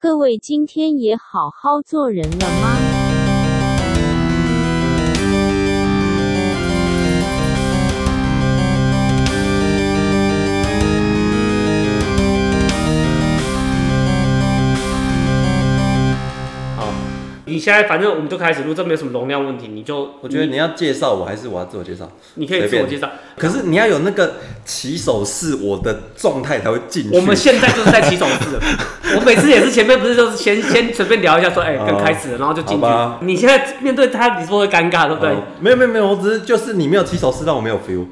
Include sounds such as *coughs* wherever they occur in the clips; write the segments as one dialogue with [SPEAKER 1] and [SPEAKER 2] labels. [SPEAKER 1] 各位今天也好好做人了吗？
[SPEAKER 2] 好，你现在反正我们就开始录，这没有什么容量问题，你就
[SPEAKER 3] 我觉得你要介绍我还是我要自我介绍？
[SPEAKER 2] 你可以
[SPEAKER 3] 随
[SPEAKER 2] 自
[SPEAKER 3] 便
[SPEAKER 2] 我介绍。
[SPEAKER 3] 可是你要有那个起手式，我的状态才会进去。
[SPEAKER 2] 我们现在就是在起手式了，我每次也是前面不是就是先先随便聊一下说，哎、
[SPEAKER 3] 哦
[SPEAKER 2] 刚开始了，然后就进去
[SPEAKER 3] 好吧。
[SPEAKER 2] 你现在面对他，你说会尴尬，对不对？
[SPEAKER 3] 哦没有没有没有，我只是就是你没有起手式，让我没有 feel。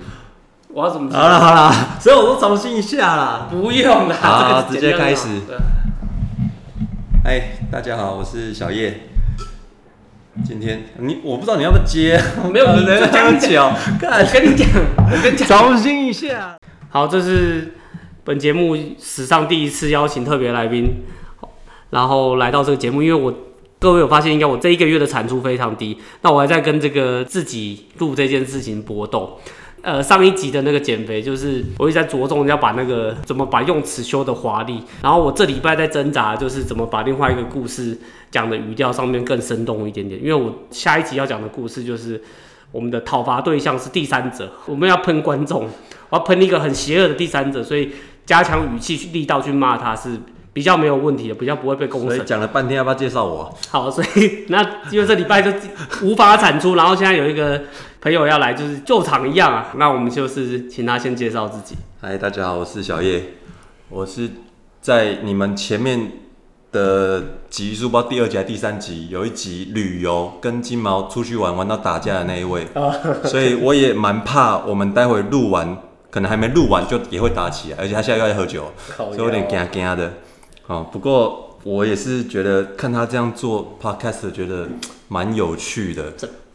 [SPEAKER 2] 我要怎么知道？
[SPEAKER 3] 好啦好啦，所以我说重新一下啦。
[SPEAKER 2] 不用啦，
[SPEAKER 3] 好
[SPEAKER 2] 这个
[SPEAKER 3] 直接
[SPEAKER 2] 简单
[SPEAKER 3] 开
[SPEAKER 2] 就好
[SPEAKER 3] 始
[SPEAKER 2] 对
[SPEAKER 3] 哎，大家好，我是小叶。今天你我不知道你要不要接，啊
[SPEAKER 2] 没有你就讲
[SPEAKER 3] 喝酒， *laughs* 看
[SPEAKER 2] 我跟你讲，我跟你讲，
[SPEAKER 3] 重新一下。
[SPEAKER 2] 好，这是本节目史上第一次邀请特别来宾，然后来到这个节目，因为我各位有发现，应该我这一个月的产出非常低，那我还在跟这个自己录这件事情搏斗。呃，上一集的那个减肥，就是我一直在着重要把那个怎么把用词修的华丽，然后我这礼拜在挣扎，就是怎么把另外一个故事讲的语调上面更生动一点点，因为我下一集要讲的故事就是我们的讨伐对象是第三者，我们要喷观众，我要喷一个很邪恶的第三者，所以加强语气去力道去骂他是比较没有问题的，比较不会被公
[SPEAKER 3] 所
[SPEAKER 2] 审
[SPEAKER 3] 以。讲了半天，要不要介绍我？
[SPEAKER 2] 好，所以那因为这礼拜就无法产出，然后现在有一个朋友要来，就是救场一样啊，那我们就是请他先介绍自己。
[SPEAKER 3] 嗨，大家好，我是小叶，我是在你们前面的集数，不知道第二集还是第三集，有一集旅游跟金毛出去玩玩到打架的那一位，
[SPEAKER 2] 啊
[SPEAKER 3] 所以我也蛮怕我们待会录完，可能还没录完就也会打起来，而且他现在又在喝酒，
[SPEAKER 2] 靠腰
[SPEAKER 3] 所以有点惊惊的。哦，不过我也是觉得看他这样做 podcast，觉得蛮有趣的，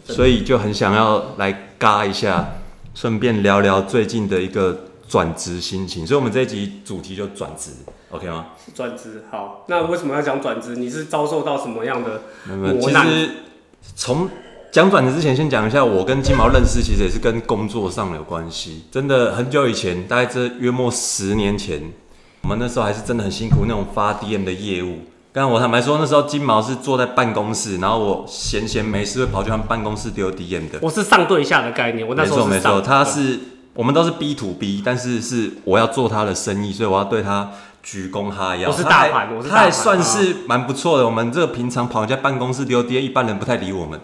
[SPEAKER 3] 所以就很想要来嘎一下，顺便聊聊最近的一个转职心情。所以我们这一集主题就转职，OK 吗？
[SPEAKER 2] 转职好，那为什么要讲转职？你是遭受到什么样的
[SPEAKER 3] 那么
[SPEAKER 2] 磨
[SPEAKER 3] 其
[SPEAKER 2] 难
[SPEAKER 3] 实从讲转职之前，先讲一下我跟金毛认识，其实也是跟工作上有关系。真的很久以前，大概这约莫十年前，我们那时候还是真的很辛苦那种发 DM 的业务。刚刚我坦白说，那时候金毛是坐在办公室，然后我闲闲没事会跑去他们办公室丢 DM 的。
[SPEAKER 2] 我是上对下的概念，我那
[SPEAKER 3] 没
[SPEAKER 2] 时候
[SPEAKER 3] 错
[SPEAKER 2] 是
[SPEAKER 3] 没
[SPEAKER 2] 上，
[SPEAKER 3] 错，他是我们都是 B to B，但是是我要做他的生意，所以我要对他鞠躬哈腰。
[SPEAKER 2] 我是
[SPEAKER 3] 他还
[SPEAKER 2] 大盘我是大
[SPEAKER 3] 他还
[SPEAKER 2] 盘嗯
[SPEAKER 3] 算是蛮不错的。我们这个平常跑人家办公室丢爹，一般人不太理我们。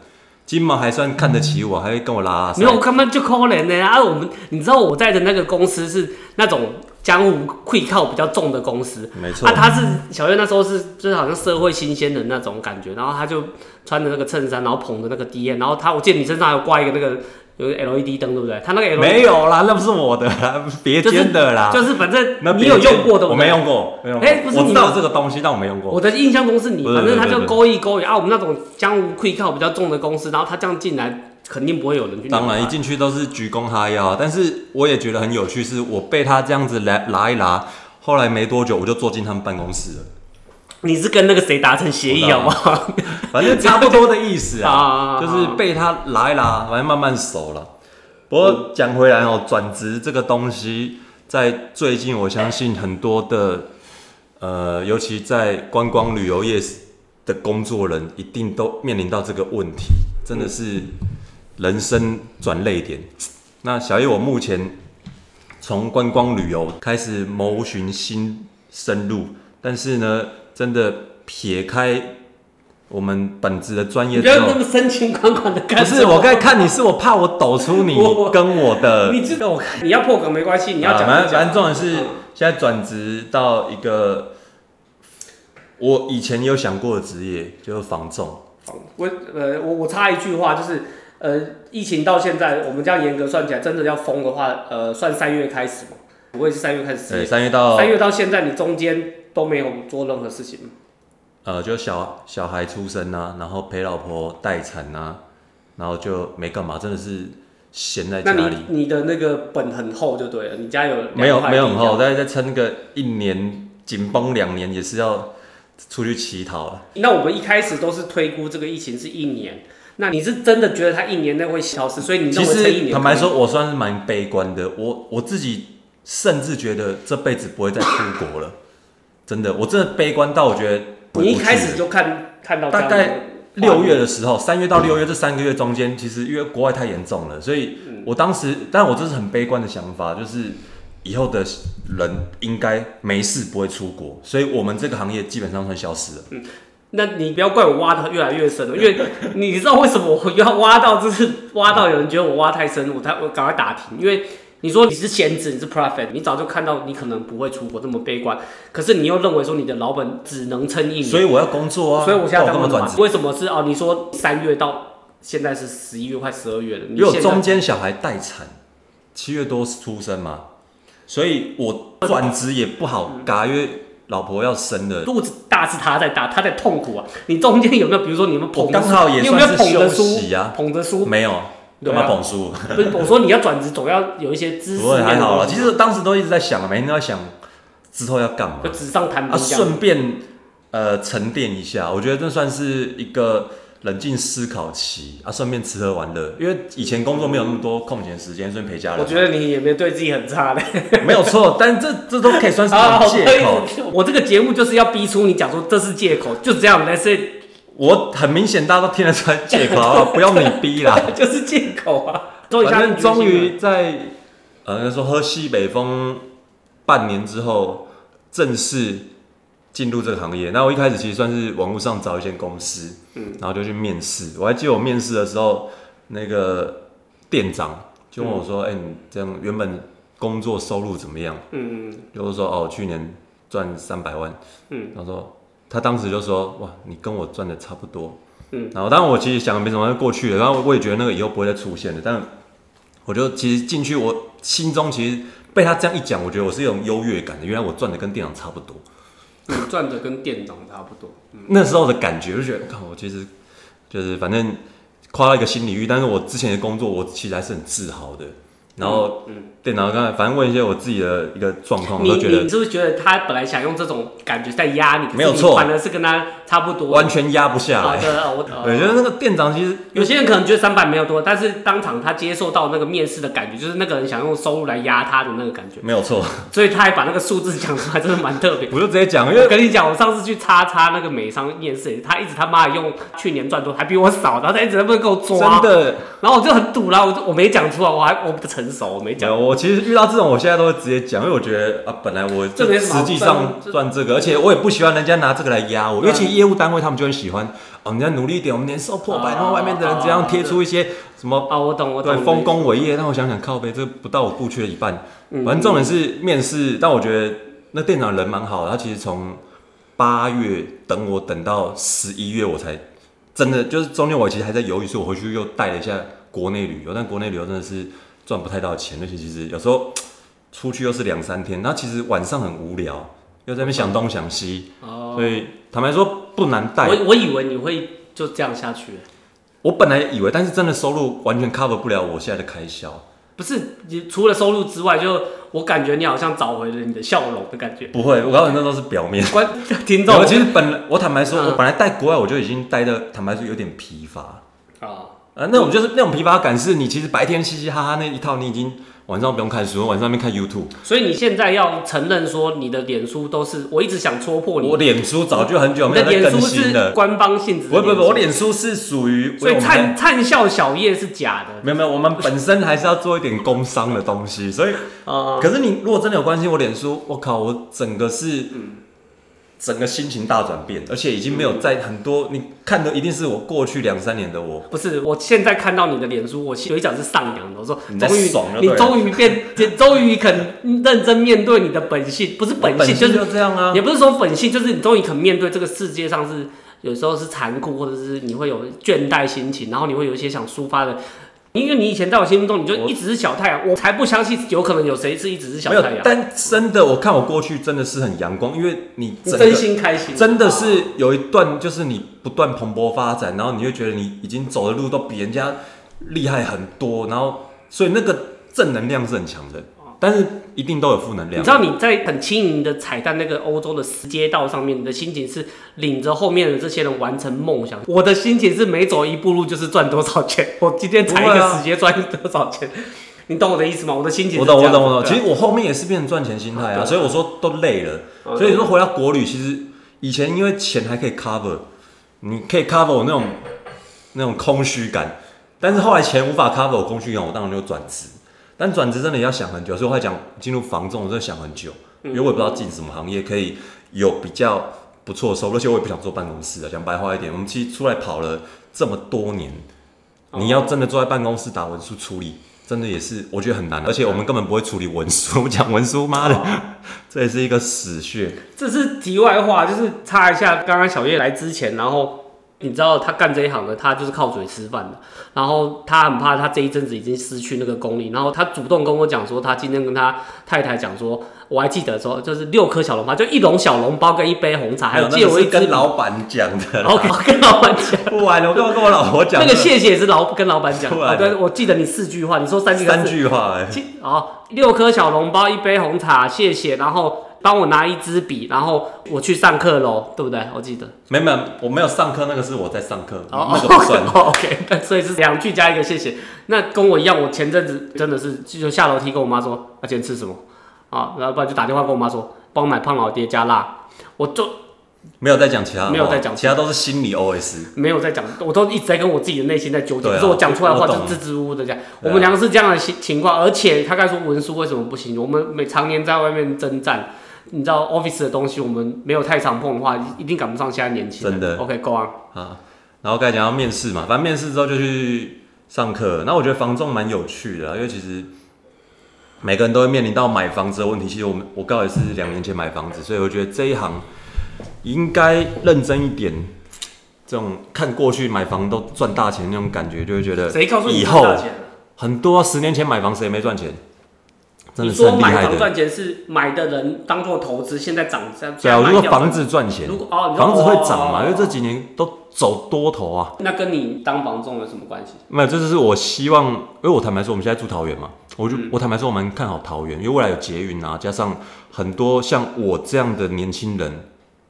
[SPEAKER 3] 金毛还算看得起我，还会跟我拉拉
[SPEAKER 2] 没
[SPEAKER 3] 塞。
[SPEAKER 2] 有，根本就可怜呢、啊！我们你知道我在的那个公司是那种江湖溃靠比较重的公司，
[SPEAKER 3] 没错
[SPEAKER 2] 啊，他是小月那时候是就是好像社会新鲜人那种感觉，然后他就穿着那个衬衫，然后捧着那个 D N，然后他我记得你身上还有挂一个那个有个 L E D 灯，对不对？他那个 L
[SPEAKER 3] 没有啦，那不是我的啦， *laughs* 别
[SPEAKER 2] 就是
[SPEAKER 3] 间的啦。
[SPEAKER 2] 就是反正
[SPEAKER 3] 那
[SPEAKER 2] 你
[SPEAKER 3] 别
[SPEAKER 2] 有
[SPEAKER 3] 间
[SPEAKER 2] 用过的，
[SPEAKER 3] 我没用过，没用过。
[SPEAKER 2] 哎不是
[SPEAKER 3] 我
[SPEAKER 2] 你
[SPEAKER 3] 知
[SPEAKER 2] 吗
[SPEAKER 3] 道这个东西，但我没用过。
[SPEAKER 2] 我的印象中是你，
[SPEAKER 3] 对对
[SPEAKER 2] 反正他
[SPEAKER 3] 对
[SPEAKER 2] 就
[SPEAKER 3] 对
[SPEAKER 2] 勾一勾引啊，我们那种江湖溃靠比较重的公司，然后他这样进来，肯定不会有人去弄他。
[SPEAKER 3] 当然，一进去都是鞠躬哈腰，但是我也觉得很有趣，是我被他这样子来拉一拉，后来没多久我就坐进他们办公室了，
[SPEAKER 2] 你是跟那个谁达成协议
[SPEAKER 3] 我知
[SPEAKER 2] 好
[SPEAKER 3] 道
[SPEAKER 2] 不好？
[SPEAKER 3] 反正差不多的意思
[SPEAKER 2] 啊
[SPEAKER 3] 啊，就是被他拉一拉，反正慢慢熟了。不过讲回来哦，转职这个东西，在最近我相信很多的，呃，尤其在观光旅游业的工作人，一定都面临到这个问题，真的是人生转泪点。那小叶，我目前从观光旅游开始谋寻新生路，但是呢，真的撇开我们本职的专
[SPEAKER 2] 你
[SPEAKER 3] 业
[SPEAKER 2] 不
[SPEAKER 3] 之
[SPEAKER 2] 要
[SPEAKER 3] 后
[SPEAKER 2] 那，么深情款款的干
[SPEAKER 3] 不
[SPEAKER 2] 什么。
[SPEAKER 3] 是我刚才看你是我怕我抖出你
[SPEAKER 2] 我
[SPEAKER 3] 跟我的，
[SPEAKER 2] 你这我你要破梗没关系，你要
[SPEAKER 3] 啊
[SPEAKER 2] 讲
[SPEAKER 3] 反
[SPEAKER 2] 就
[SPEAKER 3] 正反
[SPEAKER 2] 讲。
[SPEAKER 3] 正重点是现在转职到一个我以前有想过的职业，就是房仲。
[SPEAKER 2] 我呃，我我插一句话，就是呃，疫情到现在，我们这样严格算起来，真的要封的话，呃，算三月开始嘛。我也是三月开始失
[SPEAKER 3] 对，
[SPEAKER 2] 业，
[SPEAKER 3] 三月到
[SPEAKER 2] 三月到现在，你中间都没有做任何事情吗？
[SPEAKER 3] 呃，就小小孩出生啊，然后陪老婆待产啊，然后就没干嘛，真的是闲在
[SPEAKER 2] 那
[SPEAKER 3] 家里
[SPEAKER 2] 你。你的那个本很厚就对了，你家有两
[SPEAKER 3] 没有
[SPEAKER 2] 块
[SPEAKER 3] 没有很
[SPEAKER 2] 地这
[SPEAKER 3] 厚，
[SPEAKER 2] 样，
[SPEAKER 3] 大概再撑个一年，紧绷两年也是要出去乞讨了。
[SPEAKER 2] 那我们一开始都是推估这个疫情是一年，那你是真的觉得它一年内会消失，所以你
[SPEAKER 3] 其
[SPEAKER 2] 认为这一
[SPEAKER 3] 实
[SPEAKER 2] 年
[SPEAKER 3] 坦白
[SPEAKER 2] 可以，
[SPEAKER 3] 说，我算是蛮悲观的。我我自己甚至觉得这辈子不会再出国了，真的，我真的悲观到我觉得回
[SPEAKER 2] 你一
[SPEAKER 3] 不
[SPEAKER 2] 开
[SPEAKER 3] 去
[SPEAKER 2] 始
[SPEAKER 3] 了
[SPEAKER 2] 就看看到这
[SPEAKER 3] 大
[SPEAKER 2] 样的
[SPEAKER 3] 概六月的时候，三月到六月这三个月中间，其实因为国外太严重了，所以
[SPEAKER 2] 嗯
[SPEAKER 3] 我当时，但我这是很悲观的想法，就是以后的人应该没事不会出国，所以我们这个行业基本上算消失
[SPEAKER 2] 嗯
[SPEAKER 3] 了。
[SPEAKER 2] 那你不要怪我挖的越来越深了，因
[SPEAKER 3] *laughs*
[SPEAKER 2] 为你知道为什么我要挖到，就是挖到有人觉得我挖太深，我才我赶快打停，因为你说你是先知，你是 prophet，你早就看到你可能不会出国这么悲观，可是你又认为说你的老本只能撑一年，
[SPEAKER 3] 所以我要工作啊，
[SPEAKER 2] 所以我现在
[SPEAKER 3] 不然
[SPEAKER 2] 当
[SPEAKER 3] 我
[SPEAKER 2] 老
[SPEAKER 3] 干嘛转
[SPEAKER 2] 板
[SPEAKER 3] 职？
[SPEAKER 2] 为什么是哦？你说三月到现在是十一月快十二月了，你
[SPEAKER 3] 因为我
[SPEAKER 2] 现在
[SPEAKER 3] 中间小孩待产，七月多出生嘛，所以我转职也不好
[SPEAKER 2] 嗯
[SPEAKER 3] 嘎，因为老婆要生了。
[SPEAKER 2] 肚子大是他在大，他在痛苦啊，你中间有没有比如说你们捧
[SPEAKER 3] 我刚好也
[SPEAKER 2] 你有没有
[SPEAKER 3] 算是
[SPEAKER 2] 捧着
[SPEAKER 3] 休
[SPEAKER 2] 书
[SPEAKER 3] 息啊
[SPEAKER 2] 捧着书，
[SPEAKER 3] 没有，干
[SPEAKER 2] 对啊
[SPEAKER 3] 嘛捧书？ *laughs*
[SPEAKER 2] 不是我说你要转职总要有一些知识
[SPEAKER 3] 不会
[SPEAKER 2] 面
[SPEAKER 3] 还
[SPEAKER 2] 的
[SPEAKER 3] 好啦，
[SPEAKER 2] 东西
[SPEAKER 3] 其实当时都一直在想，每天都在想之后要干嘛
[SPEAKER 2] 就纸上谈
[SPEAKER 3] 啊，
[SPEAKER 2] 兵这样。
[SPEAKER 3] 顺便呃沉淀一下，我觉得这算是一个冷静思考期啊，顺便吃喝玩乐，因为以前工作没有那么多空闲时间，所以陪家人，
[SPEAKER 2] 我觉得你也没对自己很差的。
[SPEAKER 3] *laughs* 没有错，但这这都可以算是一
[SPEAKER 2] 好
[SPEAKER 3] 种
[SPEAKER 2] *laughs* 好
[SPEAKER 3] 借口。
[SPEAKER 2] 所以我这个节目就是要逼出你讲说这是借口，就这样，That's it， *laughs*
[SPEAKER 3] 我很明显大家都听得出来借口，好不好不用你逼啦。
[SPEAKER 2] 就是借口啊。终于下
[SPEAKER 3] 反
[SPEAKER 2] 定决心
[SPEAKER 3] 正呃
[SPEAKER 2] 了
[SPEAKER 3] 终于在呃，说喝西北风半年之后，正式进入这个行业。那我一开始其实算是网络上找一间公司，嗯，然后就去面试。我还记得我面试的时候，那个店长就问我说：“哎、你这样原本工作收入怎么样
[SPEAKER 2] 嗯，嗯？”
[SPEAKER 3] 就是说：“哦，去年赚三百万。”
[SPEAKER 2] 嗯，
[SPEAKER 3] 他说他当时就说：“哇，你跟我赚的差不多。”
[SPEAKER 2] 嗯，
[SPEAKER 3] 然后当然我其实想没什么，就过去了。然后我也觉得那个以后不会再出现了，但我就其实进去，我心中其实被他这样一讲，我觉得我是有一种优越感的。原来我赚的跟店长差不多，
[SPEAKER 2] 你赚的跟店长差不多。
[SPEAKER 3] 那时候的感觉就觉得，看我其实就是反正跨到一个新领域，但是我之前的工作我其实还是很自豪的。然后
[SPEAKER 2] 嗯
[SPEAKER 3] 店长刚才反正问一些我自己的一个状况，我
[SPEAKER 2] 你
[SPEAKER 3] 都觉
[SPEAKER 2] 你
[SPEAKER 3] 得
[SPEAKER 2] 是不是觉得他本来想用这种感觉在压你？可是
[SPEAKER 3] 没有
[SPEAKER 2] 你
[SPEAKER 3] 错
[SPEAKER 2] 反而是跟他差不多。
[SPEAKER 3] 完全压不下
[SPEAKER 2] 好
[SPEAKER 3] 来。
[SPEAKER 2] 的，呃我
[SPEAKER 3] 我觉得那个店长其实
[SPEAKER 2] 有些人可能觉得三百没有多，但是当场他接受到那个面试的感觉，就是那个人想用收入来压他的那个感觉，
[SPEAKER 3] 没
[SPEAKER 2] *laughs*
[SPEAKER 3] 有错，
[SPEAKER 2] 所以他还把那个数字讲出来，真的蛮特别。 *laughs*
[SPEAKER 3] 我就直接讲，因为
[SPEAKER 2] 我跟你讲，我上次去叉叉那个美商面试，他一直他妈的用去年赚多，还比我少，然后他一直不能给我抓
[SPEAKER 3] 真，的
[SPEAKER 2] 然后我就很堵啦，我就我没讲出来，我还我不成熟，我没
[SPEAKER 3] 没有，
[SPEAKER 2] 讲。
[SPEAKER 3] 我其实遇到这种，我现在都会直接讲，因为我觉得啊，本来我
[SPEAKER 2] 这没什么好
[SPEAKER 3] 实际上赚这个，而且我也不喜欢人家拿这个来压我，因
[SPEAKER 2] 对
[SPEAKER 3] 为其实业务单位他们就很喜欢哦，人家努力一点，我们年收破百，
[SPEAKER 2] 啊
[SPEAKER 3] 然后外面的人这样贴出一些什么
[SPEAKER 2] 哦，我懂，我
[SPEAKER 3] 对
[SPEAKER 2] 懂。
[SPEAKER 3] 丰功
[SPEAKER 2] 嗯
[SPEAKER 3] 伟业，让我想想靠背，这不到我过去的一半。反正重点是面试，但我觉得那店长人蛮好的，他其实从八月等我等到十一月，我才真的就是中间我其实还在犹豫，所以我回去又带了一下国内旅游，但国内旅游真的是赚不太到钱，而且其实有时候出去又是两三天，那其实晚上很无聊，又在那边想东想西，
[SPEAKER 2] 哦，
[SPEAKER 3] 所以坦白说不难带。
[SPEAKER 2] 我我以为你会就这样下去，
[SPEAKER 3] 我本来以为，但是真的收入完全 cover 不了我现在的开销。
[SPEAKER 2] 不是？你除了收入之外，就我感觉你好像找回了你的笑容的感觉。
[SPEAKER 3] 不会，我告诉你，那都是表面。
[SPEAKER 2] 观听众
[SPEAKER 3] 我其实本来，我坦白说，
[SPEAKER 2] 嗯
[SPEAKER 3] 我本来带国外我就已经待的，坦白说有点疲乏。
[SPEAKER 2] 啊，
[SPEAKER 3] 啊，那种就是那种疲乏感，是你其实白天嘻嘻哈哈那一套，你已经晚上不用看书，晚上在那边看 YouTube。
[SPEAKER 2] 所以你现在要承认说你的脸书都是，我一直想戳破你，
[SPEAKER 3] 我脸书早就很久
[SPEAKER 2] 你
[SPEAKER 3] 没
[SPEAKER 2] 的
[SPEAKER 3] 有在
[SPEAKER 2] 脸书
[SPEAKER 3] 更新
[SPEAKER 2] 是
[SPEAKER 3] 了。
[SPEAKER 2] 官方性质的
[SPEAKER 3] 不
[SPEAKER 2] 脸书。
[SPEAKER 3] 不不，我脸书是属于
[SPEAKER 2] 所以
[SPEAKER 3] 我们
[SPEAKER 2] 灿灿笑小叶是假的
[SPEAKER 3] 没有没有，我们本身还是要做一点工商的东西，所以
[SPEAKER 2] 啊、
[SPEAKER 3] 可是你如果真的有关心我脸书，我靠，我整个是、
[SPEAKER 2] 嗯
[SPEAKER 3] 整个心情大转变，而且已经没有在很多你看的一定是我过去两三年的我。
[SPEAKER 2] 不是，我现在看到你的脸书，我有一讲是上扬的。我说，
[SPEAKER 3] 你在
[SPEAKER 2] 终于
[SPEAKER 3] 爽就对啊
[SPEAKER 2] 你
[SPEAKER 3] 了
[SPEAKER 2] 终于变，终于肯认真面对你的本性，不是本性，就
[SPEAKER 3] 就是这样啊
[SPEAKER 2] 也。不是说本性，就是你终于肯面对这个世界上是有时候是残酷，或者是你会有倦怠心情，然后你会有一些想抒发的。因为你以前在我心目中，你就
[SPEAKER 3] 我
[SPEAKER 2] 一直是小太阳，我才不相信有可能有谁是一直是小
[SPEAKER 3] 没有
[SPEAKER 2] 太，阳。
[SPEAKER 3] 但真的，我看我过去真的是很阳光，因为你
[SPEAKER 2] 你
[SPEAKER 3] 整
[SPEAKER 2] 真
[SPEAKER 3] 个
[SPEAKER 2] 心开心，
[SPEAKER 3] 真的是有一段，就是你不断蓬勃发展，然后你会觉得你已经走的路都比人家厉害很多，然后所以那个正能量是很强的，但是一定都有负能
[SPEAKER 2] 哦你
[SPEAKER 3] 量
[SPEAKER 2] 知。道你在很轻盈的踩在那个欧洲的街道上面，你的心情是领着后面的这些人完成梦想。我的心情是每走一步路就是赚多少钱， *laughs* 我今天踩一
[SPEAKER 3] 不会
[SPEAKER 2] 个
[SPEAKER 3] 啊
[SPEAKER 2] 时间赚多少钱，你懂我的意思吗？我的心情
[SPEAKER 3] 我
[SPEAKER 2] 是
[SPEAKER 3] 懂，
[SPEAKER 2] 这样
[SPEAKER 3] 我懂，我懂。
[SPEAKER 2] 对啊
[SPEAKER 3] 其实我后面也是变成赚钱心态
[SPEAKER 2] 对啊
[SPEAKER 3] 啊，所以我说都累了。
[SPEAKER 2] 嗯
[SPEAKER 3] 所以说回到国旅，其实以前因为钱还可以 cover，你可以 cover 我那种那种空虚感，但是后来钱无法 cover 我空虚感，我当然就转职。但转职真的要想很久，所以我来讲进入房仲，我真的想很久，因为我也不知道进什么行业可以有比较不错的收入，而且我也不想坐办公室啊。讲白话一点，我们其实出来跑了这么多年，你要真的坐在办公室打文书处理，真的也是我觉得很难，而且我们根本不会处理文书。我们讲文书，妈的，这也是一个死穴。
[SPEAKER 2] 这是题外话，就是插一下，刚刚小叶来之前，然后你知道他干这一行的，他就是靠嘴吃饭的，然后他很怕他这一阵子已经失去那个功力，然后他主动跟我讲说，他今天跟他太太讲说，我还记得说，就是六颗小笼包，就一笼小笼包跟一杯红茶，还有
[SPEAKER 3] 啊那
[SPEAKER 2] 啊借我
[SPEAKER 3] 是
[SPEAKER 2] 一支
[SPEAKER 3] 跟
[SPEAKER 2] 笔，
[SPEAKER 3] 老板讲的
[SPEAKER 2] *laughs* 然后
[SPEAKER 3] 啦，
[SPEAKER 2] 跟跟老板
[SPEAKER 3] *laughs*
[SPEAKER 2] 讲。
[SPEAKER 3] 不然我跟我跟我老婆讲
[SPEAKER 2] 那个谢谢也是老跟老板讲
[SPEAKER 3] 突
[SPEAKER 2] 啊，
[SPEAKER 3] 然
[SPEAKER 2] 对，我记得你四句话，你说三句还
[SPEAKER 3] 三
[SPEAKER 2] 是
[SPEAKER 3] 句话、哎
[SPEAKER 2] 七哦，六颗小笼包，一杯红茶，谢谢。然后帮我拿一支笔，然后我去上课喽，对不对？我记得。
[SPEAKER 3] 没没，我没有上课，那个是我在上课，
[SPEAKER 2] 哦
[SPEAKER 3] 那个不算。
[SPEAKER 2] 哦，OK，所以 *laughs* 是两句加一个谢谢。那跟我一样，我前阵子真的是就下楼梯跟我妈说，啊，今天吃什么啊？然后不然就打电话跟我妈说，帮我买胖老爹加辣。我就
[SPEAKER 3] 没有在讲其他，哦
[SPEAKER 2] 没有在讲
[SPEAKER 3] 其他都是心理 OS。
[SPEAKER 2] 没有在讲，我都一直在跟我自己的内心在纠结。
[SPEAKER 3] 对啊
[SPEAKER 2] 可是我讲出来的话
[SPEAKER 3] 我
[SPEAKER 2] 就
[SPEAKER 3] 懂
[SPEAKER 2] 支支吾吾的讲。我
[SPEAKER 3] 对啊
[SPEAKER 2] 们两个是这样的情情况，而且他刚才说文书为什么不行？我们每常年在外面征战，你知道 office 的东西，我们没有太常碰的话，一定赶不上现在年轻人。
[SPEAKER 3] 真的
[SPEAKER 2] OK，够啊。
[SPEAKER 3] 啊，然后刚才讲到面试嘛，反正面试之后就去上课。那我觉得房仲蛮有趣的啊、因为其实每个人都会面临到买房子的问题。其实我们我刚好也是两年前买房子，所以我觉得这一行应该认真一点。这种看过去买房都赚大钱那种感觉，就会觉得
[SPEAKER 2] 谁告诉你
[SPEAKER 3] 以
[SPEAKER 2] 赚
[SPEAKER 3] 后
[SPEAKER 2] 大钱？
[SPEAKER 3] 很多啊十年前买房谁没赚钱，真
[SPEAKER 2] 你
[SPEAKER 3] 的是
[SPEAKER 2] 说
[SPEAKER 3] 很厉
[SPEAKER 2] 买
[SPEAKER 3] 害
[SPEAKER 2] 房
[SPEAKER 3] 的。
[SPEAKER 2] 赚钱是买的人当做投资，现在涨价。
[SPEAKER 3] 对啊，我
[SPEAKER 2] 现在卖
[SPEAKER 3] 就说
[SPEAKER 2] 掉
[SPEAKER 3] 房子赚钱，
[SPEAKER 2] 如果哦你说
[SPEAKER 3] 房子会涨
[SPEAKER 2] 哦
[SPEAKER 3] 嘛，因为这几年都走多头啊。
[SPEAKER 2] 那跟你当房仲有什么关系？
[SPEAKER 3] 没有，这就是我希望，因为我坦白说，我们现在住桃园嘛，我就、我坦白说，我蛮看好桃园，因为未来有捷运啊，加上很多像我这样的年轻人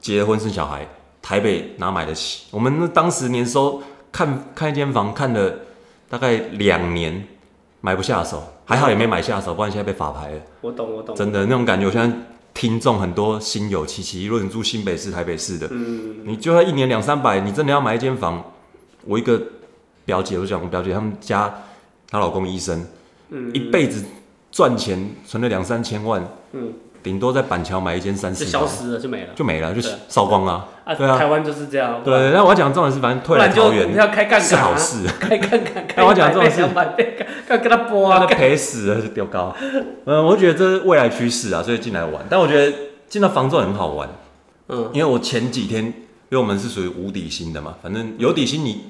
[SPEAKER 3] 结婚生小孩，台北哪买得起？我们那当时年收看看一间房看了大概两年，买不下手，还好也没买下手，不然现在被法拍了。
[SPEAKER 2] 我懂，我懂。
[SPEAKER 3] 真的那种感觉，我现在听众很多心有戚戚。如果你住新北市、台北市的，
[SPEAKER 2] 嗯
[SPEAKER 3] 你就算一年两三百，你真的要买一间房，我一个表姐，我讲我表姐，他们家她老公医生，一辈子赚钱存了两三千万，
[SPEAKER 2] 嗯
[SPEAKER 3] 顶多在板桥买一间三
[SPEAKER 2] 就
[SPEAKER 3] 四
[SPEAKER 2] 消
[SPEAKER 3] 万，
[SPEAKER 2] 失了，就没了。
[SPEAKER 3] 就没了，就
[SPEAKER 2] 对啊
[SPEAKER 3] 烧光了。
[SPEAKER 2] 啊，
[SPEAKER 3] 对啊
[SPEAKER 2] 台，湾就是这样。
[SPEAKER 3] 对。那我要讲这种事，反正
[SPEAKER 2] 不
[SPEAKER 3] 退来
[SPEAKER 2] 然就
[SPEAKER 3] 桃园
[SPEAKER 2] 你要开杠杆、啊，
[SPEAKER 3] 是好事。
[SPEAKER 2] 开杠杆，开
[SPEAKER 3] 那我讲这种事
[SPEAKER 2] 两百倍，要跟他播
[SPEAKER 3] 哇，
[SPEAKER 2] 啊
[SPEAKER 3] 那。赔死了，丢高。嗯，我觉得这是未来趋势啊，所以进来玩。但我觉得进到房仲很好玩，
[SPEAKER 2] 嗯，
[SPEAKER 3] 因为我前几天，因为我们是属于无底薪的嘛，反正有底薪你，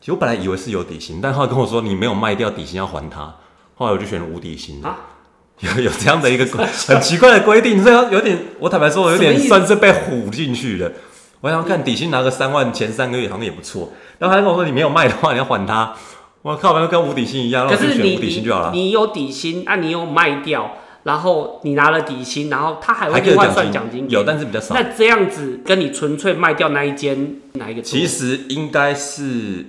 [SPEAKER 3] 其实我本来以为是有底薪，但后来跟我说你没有卖掉底薪要还他，后来我就选无底薪
[SPEAKER 2] 啊
[SPEAKER 3] *laughs* 有有这样的一个规很奇怪的规定，所以有点，我坦白说，我有
[SPEAKER 2] 什
[SPEAKER 3] 点
[SPEAKER 2] 么意思
[SPEAKER 3] 算是被唬进去了。我想看底薪拿个三万，前三个月好像也不错。然后他跟我说你没有卖的话，你要还他。我靠，我要跟无底薪一啊样，那
[SPEAKER 2] 可
[SPEAKER 3] 我就是选
[SPEAKER 2] 你
[SPEAKER 3] 无底薪就好了。
[SPEAKER 2] 你有底薪，啊，你有卖掉，然后你拿了底薪，然后他还会
[SPEAKER 3] 还可以
[SPEAKER 2] 另
[SPEAKER 3] 有
[SPEAKER 2] 外算
[SPEAKER 3] 奖
[SPEAKER 2] 奖金给你。
[SPEAKER 3] 有，但是比较少。
[SPEAKER 2] 那这样子跟你纯粹卖掉那一间哪一个多？
[SPEAKER 3] 其实应该是